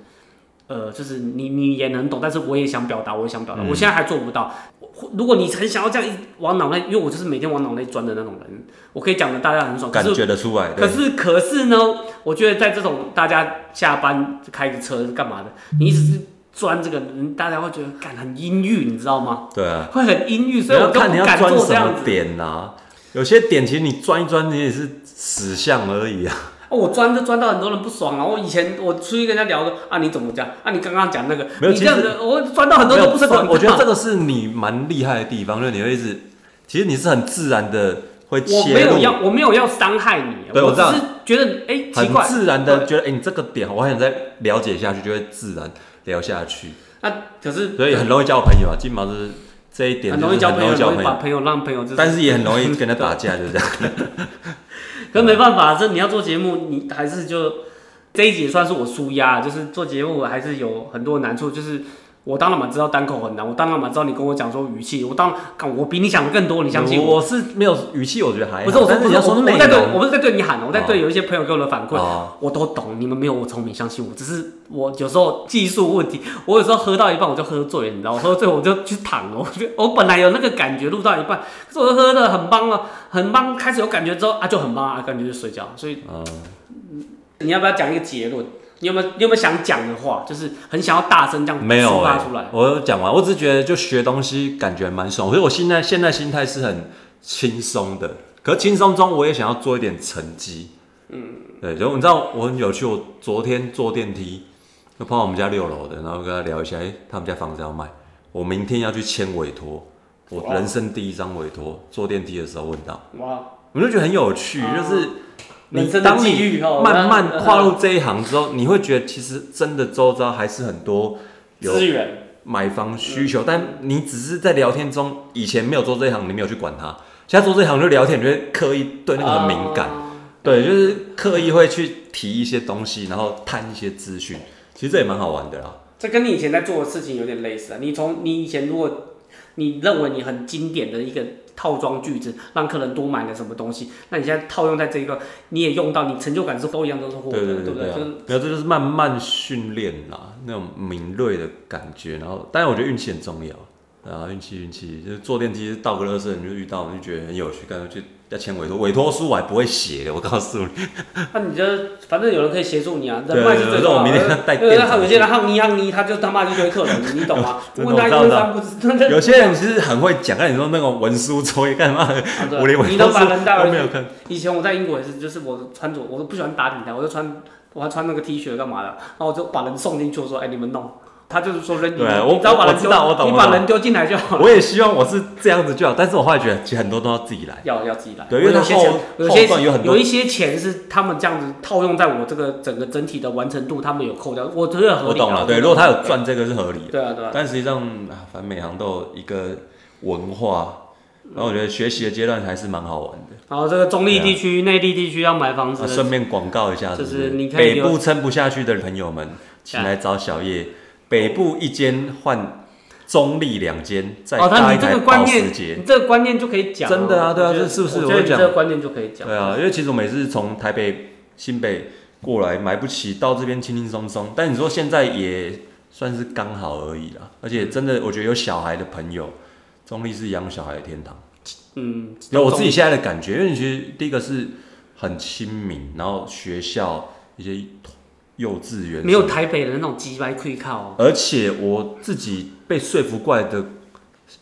[SPEAKER 2] 呃，就是你你也能懂，但是我也想表达，我也想表达，
[SPEAKER 3] 嗯
[SPEAKER 2] 我现在还做不到。我如果你很想要这样一往脑内，因为我就是每天往脑内钻的那种人，我可以讲的大家很爽，可
[SPEAKER 3] 感
[SPEAKER 2] 是
[SPEAKER 3] 觉得出来。
[SPEAKER 2] 可
[SPEAKER 3] 对，
[SPEAKER 2] 是可是呢，我觉得在这种大家下班开着车干嘛的，你一直是钻这个，人大家会觉得感很阴郁，你知道吗？
[SPEAKER 3] 对啊，
[SPEAKER 2] 会很阴郁，所
[SPEAKER 3] 你
[SPEAKER 2] 以我
[SPEAKER 3] 要
[SPEAKER 2] 都
[SPEAKER 3] 看你
[SPEAKER 2] 不
[SPEAKER 3] 要
[SPEAKER 2] 敢
[SPEAKER 3] 钻
[SPEAKER 2] 做这
[SPEAKER 3] 什
[SPEAKER 2] 样
[SPEAKER 3] 么
[SPEAKER 2] 子。
[SPEAKER 3] 点啦、有些点其实你钻一钻，你也是死相而已啊。
[SPEAKER 2] 哦，我钻就钻到很多人不爽啊了。我以前我出去跟人家聊的啊，你怎么讲啊？你刚刚讲那个，
[SPEAKER 3] 没有
[SPEAKER 2] 你
[SPEAKER 3] 其
[SPEAKER 2] 这样子，我钻 *laughs* 到很多人都不
[SPEAKER 3] 这
[SPEAKER 2] 爽。
[SPEAKER 3] 个，我觉得这个是你蛮厉害的地方，就是你会一直，其实你是很自然的会
[SPEAKER 2] 我没
[SPEAKER 3] 切入
[SPEAKER 2] 有，要，我没有要伤害你，
[SPEAKER 3] 对
[SPEAKER 2] 我
[SPEAKER 3] 我
[SPEAKER 2] 只
[SPEAKER 3] 知道
[SPEAKER 2] 是觉得哎、奇
[SPEAKER 3] 很
[SPEAKER 2] 怪，
[SPEAKER 3] 自然的觉得，哎、你这个点我还想再了解下去，就会自然聊下去，
[SPEAKER 2] 那、啊可是
[SPEAKER 3] 所以很容易交朋友啊。金毛就是这一点，
[SPEAKER 2] 很容易交朋友，
[SPEAKER 3] 很
[SPEAKER 2] 很
[SPEAKER 3] 容易交
[SPEAKER 2] 容
[SPEAKER 3] 朋
[SPEAKER 2] 易把
[SPEAKER 3] 友，
[SPEAKER 2] 朋友让朋友就是
[SPEAKER 3] 但是也很容易跟他打架，就是这样。 *laughs*
[SPEAKER 2] 可是没办法，这你要做节目，你还是就这一集也算是我舒压，就是做节目还是有很多难处。就是我当然嘛知道单口很难，我当然嘛知道你跟我讲说语气，我当干我比你想的更多，你相信我？
[SPEAKER 3] 我是没有语气，我觉得还好
[SPEAKER 2] 不是我说
[SPEAKER 3] 哎但
[SPEAKER 2] 不
[SPEAKER 3] 是
[SPEAKER 2] 是
[SPEAKER 3] 你要
[SPEAKER 2] 我
[SPEAKER 3] 说
[SPEAKER 2] 我
[SPEAKER 3] 内
[SPEAKER 2] 在对我
[SPEAKER 3] 容
[SPEAKER 2] 不是在对你喊，我在对有一些朋友给我的反馈，
[SPEAKER 3] 哦
[SPEAKER 2] 我都懂，你们没有我聪明，相信我。只是我有时候技术问题，我有时候喝到一半我就喝醉了，你知道，我喝醉我就去躺了。我就我本来有那个感觉，录到一半，可是我喝的很棒了，很棒，开始有感觉之后啊就很棒啊，感觉就睡觉，所以
[SPEAKER 3] 哦
[SPEAKER 2] 你要不要讲一个结论？你有没有你有没有想讲的话？就是很想要大声这样
[SPEAKER 3] 没有、
[SPEAKER 2] 抒
[SPEAKER 3] 欸
[SPEAKER 2] 发出来，。
[SPEAKER 3] 我有讲完，我只是觉得就学东西感觉蛮爽，所以我现在现在心态是很轻松的。可是轻松中，我也想要做一点成绩。嗯，对，然后你知道我很有趣，我昨天坐电梯就碰到我们家六楼的，然后跟他聊一下，哎、他们家房子要卖，我明天要去签委托，我
[SPEAKER 2] 哇
[SPEAKER 3] 人生第一张委托。坐电梯的时候问到，
[SPEAKER 2] 哇，
[SPEAKER 3] 我就觉得很有趣，就是
[SPEAKER 2] 哦人
[SPEAKER 3] 你
[SPEAKER 2] 生的
[SPEAKER 3] 当
[SPEAKER 2] 际
[SPEAKER 3] 你
[SPEAKER 2] 遇哦
[SPEAKER 3] 慢
[SPEAKER 2] 那
[SPEAKER 3] 慢跨入这一行之后，你会觉得其实真的周遭还是很多有
[SPEAKER 2] 资源
[SPEAKER 3] 买房需求，但你只是在聊天中，以前没有做这一行，你没有去管它。现在做这一行就聊天，你就会刻意对那个很敏感，
[SPEAKER 2] 啊
[SPEAKER 3] 对，就是刻意会去提一些东西，然后探一些资讯，其实这也蛮好玩的啦。
[SPEAKER 2] 这跟你以前在做的事情有点类似啊。你从你以前如果你认为你很经典的一个套装句子，让客人多买了什么东西，那你现在套用在这一个，你也用到，你成就感是都一样都是获得
[SPEAKER 3] 对
[SPEAKER 2] 的，
[SPEAKER 3] 对
[SPEAKER 2] 不
[SPEAKER 3] 对
[SPEAKER 2] 对？
[SPEAKER 3] 啊
[SPEAKER 2] 就是，
[SPEAKER 3] 没有，这就是慢慢训练啦，那种敏锐的感觉。然后，当然我觉得运气很重要，啊，运气运气，就是坐电梯倒个垃圾，你就遇到，你就觉得很有趣，干脆就要签委托，委托书我还不会写，我告诉你，
[SPEAKER 2] 那、你就反正有人可以协助你啊，
[SPEAKER 3] 对
[SPEAKER 2] 人脉是最重
[SPEAKER 3] 对
[SPEAKER 2] 要的。
[SPEAKER 3] 我明天带
[SPEAKER 2] 因为
[SPEAKER 3] 电
[SPEAKER 2] 他
[SPEAKER 3] 脑
[SPEAKER 2] 有些人夯你夯你，他就他妈就推客人，你懂吗？
[SPEAKER 3] *laughs* 真的
[SPEAKER 2] 问他一
[SPEAKER 3] 我
[SPEAKER 2] 问
[SPEAKER 3] 知道
[SPEAKER 2] 三不
[SPEAKER 3] *laughs*
[SPEAKER 2] 知，真的
[SPEAKER 3] 有些人其实很会讲，但你说那种文书作业干嘛？
[SPEAKER 2] 啊对
[SPEAKER 3] 我连文
[SPEAKER 2] 你
[SPEAKER 3] 书
[SPEAKER 2] 都把人带
[SPEAKER 3] 都
[SPEAKER 2] 回
[SPEAKER 3] 没
[SPEAKER 2] 去。
[SPEAKER 3] 有
[SPEAKER 2] *laughs*
[SPEAKER 3] 看，
[SPEAKER 2] 以前我在英国也是，就是我穿着，我都不喜欢打领带，我就穿，我还穿那个 T 恤干嘛的，然后我就把人送进去，我说，哎、你们弄。他就是说扔进去，
[SPEAKER 3] 对
[SPEAKER 2] 你
[SPEAKER 3] 我
[SPEAKER 2] 只要把人
[SPEAKER 3] 我
[SPEAKER 2] 丢，
[SPEAKER 3] 知道我懂
[SPEAKER 2] 你
[SPEAKER 3] 我
[SPEAKER 2] 把
[SPEAKER 3] 懂
[SPEAKER 2] 人丢进来就好了。
[SPEAKER 3] 我也希望我是这样子就好，但是我后来觉得，其实很多都要自己来。
[SPEAKER 2] 要要自己来，
[SPEAKER 3] 对因为
[SPEAKER 2] 我有
[SPEAKER 3] 它
[SPEAKER 2] 些
[SPEAKER 3] 后
[SPEAKER 2] 钱，有些
[SPEAKER 3] 后段有很多
[SPEAKER 2] 有一些钱是他们这样子套用在我这个整个整体的完成度，他们有扣掉，我觉得合理啊。
[SPEAKER 3] 我懂了，
[SPEAKER 2] 觉得
[SPEAKER 3] 对，如果他有赚这个是合理的。
[SPEAKER 2] 对啊对啊，
[SPEAKER 3] 但实际上，啊反正每行都有一个文化，然后我觉得学习的阶段还是蛮好玩的。
[SPEAKER 2] 然后这个中立地区、内地地区要买房子
[SPEAKER 3] 啊，
[SPEAKER 2] 的，
[SPEAKER 3] 顺便广告一下，
[SPEAKER 2] 就是
[SPEAKER 3] 不是
[SPEAKER 2] 你可以
[SPEAKER 3] 北
[SPEAKER 2] 留
[SPEAKER 3] 部撑不下去的朋友们，请来找小叶。北部一间换中立两间，再
[SPEAKER 2] 哦，他
[SPEAKER 3] 搭一
[SPEAKER 2] 你这
[SPEAKER 3] 台
[SPEAKER 2] 个观
[SPEAKER 3] 保时
[SPEAKER 2] 念，
[SPEAKER 3] 捷。
[SPEAKER 2] 你这个观念就可以讲啊。
[SPEAKER 3] 真的啊对啊
[SPEAKER 2] 我觉得
[SPEAKER 3] 这是不是
[SPEAKER 2] 我觉
[SPEAKER 3] 我
[SPEAKER 2] 得
[SPEAKER 3] 会
[SPEAKER 2] 你
[SPEAKER 3] 讲
[SPEAKER 2] 这个观念就可以讲。
[SPEAKER 3] 对啊，因为其实我每次从台北、新北过来买不起，到这边轻轻松松。但你说现在也算是刚好而已啦。而且真的，我觉得有小孩的朋友，中立是养小孩的天堂。
[SPEAKER 2] 嗯，
[SPEAKER 3] 有我自己现在的感觉，因为其实第一个是很亲民，然后学校一些幼稚园
[SPEAKER 2] 没有
[SPEAKER 3] 什么
[SPEAKER 2] 台北的那种鸡掰 quick 靠，哦
[SPEAKER 3] 而且我自己被说服过来的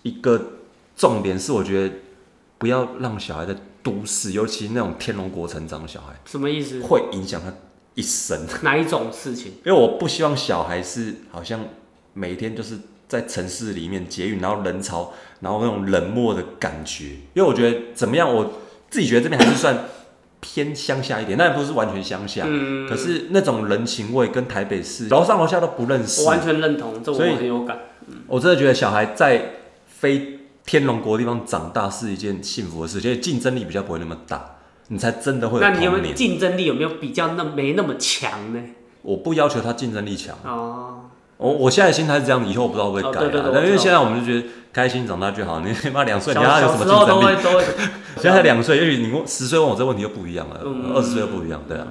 [SPEAKER 3] 一个重点是，我觉得不要让小孩在都市，尤其那种天龙国成长的小孩，
[SPEAKER 2] 什么意思？
[SPEAKER 3] 会影响他一生。
[SPEAKER 2] 哪一种事情？
[SPEAKER 3] 因为我不希望小孩是好像每天就是在城市里面捷运，然后人潮，然后那种冷漠的感觉。因为我觉得怎么样，我自己觉得这边还是算偏乡下一点，但不是完全乡下。
[SPEAKER 2] 嗯，
[SPEAKER 3] 可是那种人情味跟台北市楼上楼下都不认识
[SPEAKER 2] 我，完全认同，这我
[SPEAKER 3] 所以
[SPEAKER 2] 很有感。
[SPEAKER 3] 我真的觉得小孩在非天龙国地方长大是一件幸福的事，因为竞争力比较不会那么大，你才真的会有
[SPEAKER 2] 那你有
[SPEAKER 3] 童
[SPEAKER 2] 没有
[SPEAKER 3] 年。
[SPEAKER 2] 竞争力？有没有比较那没那么强呢？
[SPEAKER 3] 我不要求他竞争力强，
[SPEAKER 2] 哦，
[SPEAKER 3] 我我现在心态是这样，以后我不知道会不会改
[SPEAKER 2] 哦对对
[SPEAKER 3] 啊
[SPEAKER 2] 对。
[SPEAKER 3] 但因
[SPEAKER 2] 我知
[SPEAKER 3] 为
[SPEAKER 2] 道
[SPEAKER 3] 现在我们就觉得开心长大就好。你 *laughs* 他妈两岁，
[SPEAKER 2] 小
[SPEAKER 3] 你要有什
[SPEAKER 2] 小
[SPEAKER 3] 么
[SPEAKER 2] 时
[SPEAKER 3] 竞
[SPEAKER 2] 候都
[SPEAKER 3] 争
[SPEAKER 2] 会
[SPEAKER 3] 力？
[SPEAKER 2] 都会， *laughs*
[SPEAKER 3] 现在两岁，也许你问十岁问我这问题就不一样了
[SPEAKER 2] 嗯，
[SPEAKER 3] 二十岁又不一样，对啊。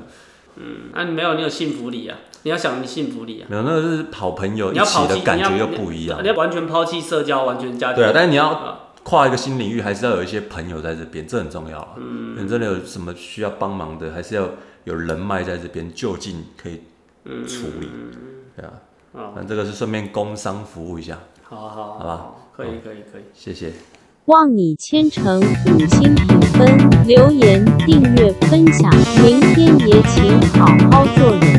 [SPEAKER 2] 嗯，那你没有，你有幸福力啊！你要想你幸福力啊！
[SPEAKER 3] 没有，那个是好朋友
[SPEAKER 2] 你
[SPEAKER 3] 一
[SPEAKER 2] 要
[SPEAKER 3] 起
[SPEAKER 2] 抛弃
[SPEAKER 3] 的感觉
[SPEAKER 2] 你要
[SPEAKER 3] 又不一样
[SPEAKER 2] 你。要完全抛弃社交，完全家庭。
[SPEAKER 3] 对啊，但是你要
[SPEAKER 2] 啊
[SPEAKER 3] 跨一个新领域，还是要有一些朋友在这边，这很重要啊。
[SPEAKER 2] 嗯
[SPEAKER 3] 你真的有什么需要帮忙的，还是要有人脉在这边，就近可以处理。对啊，
[SPEAKER 2] 嗯哦
[SPEAKER 3] 那这个是顺便工商服务一下，
[SPEAKER 2] 好啊好
[SPEAKER 3] 好吧，
[SPEAKER 2] 可以可以可以。
[SPEAKER 3] 谢谢。
[SPEAKER 1] 望你千诚五星评分、留言、订阅、分享，明天也请好好做人。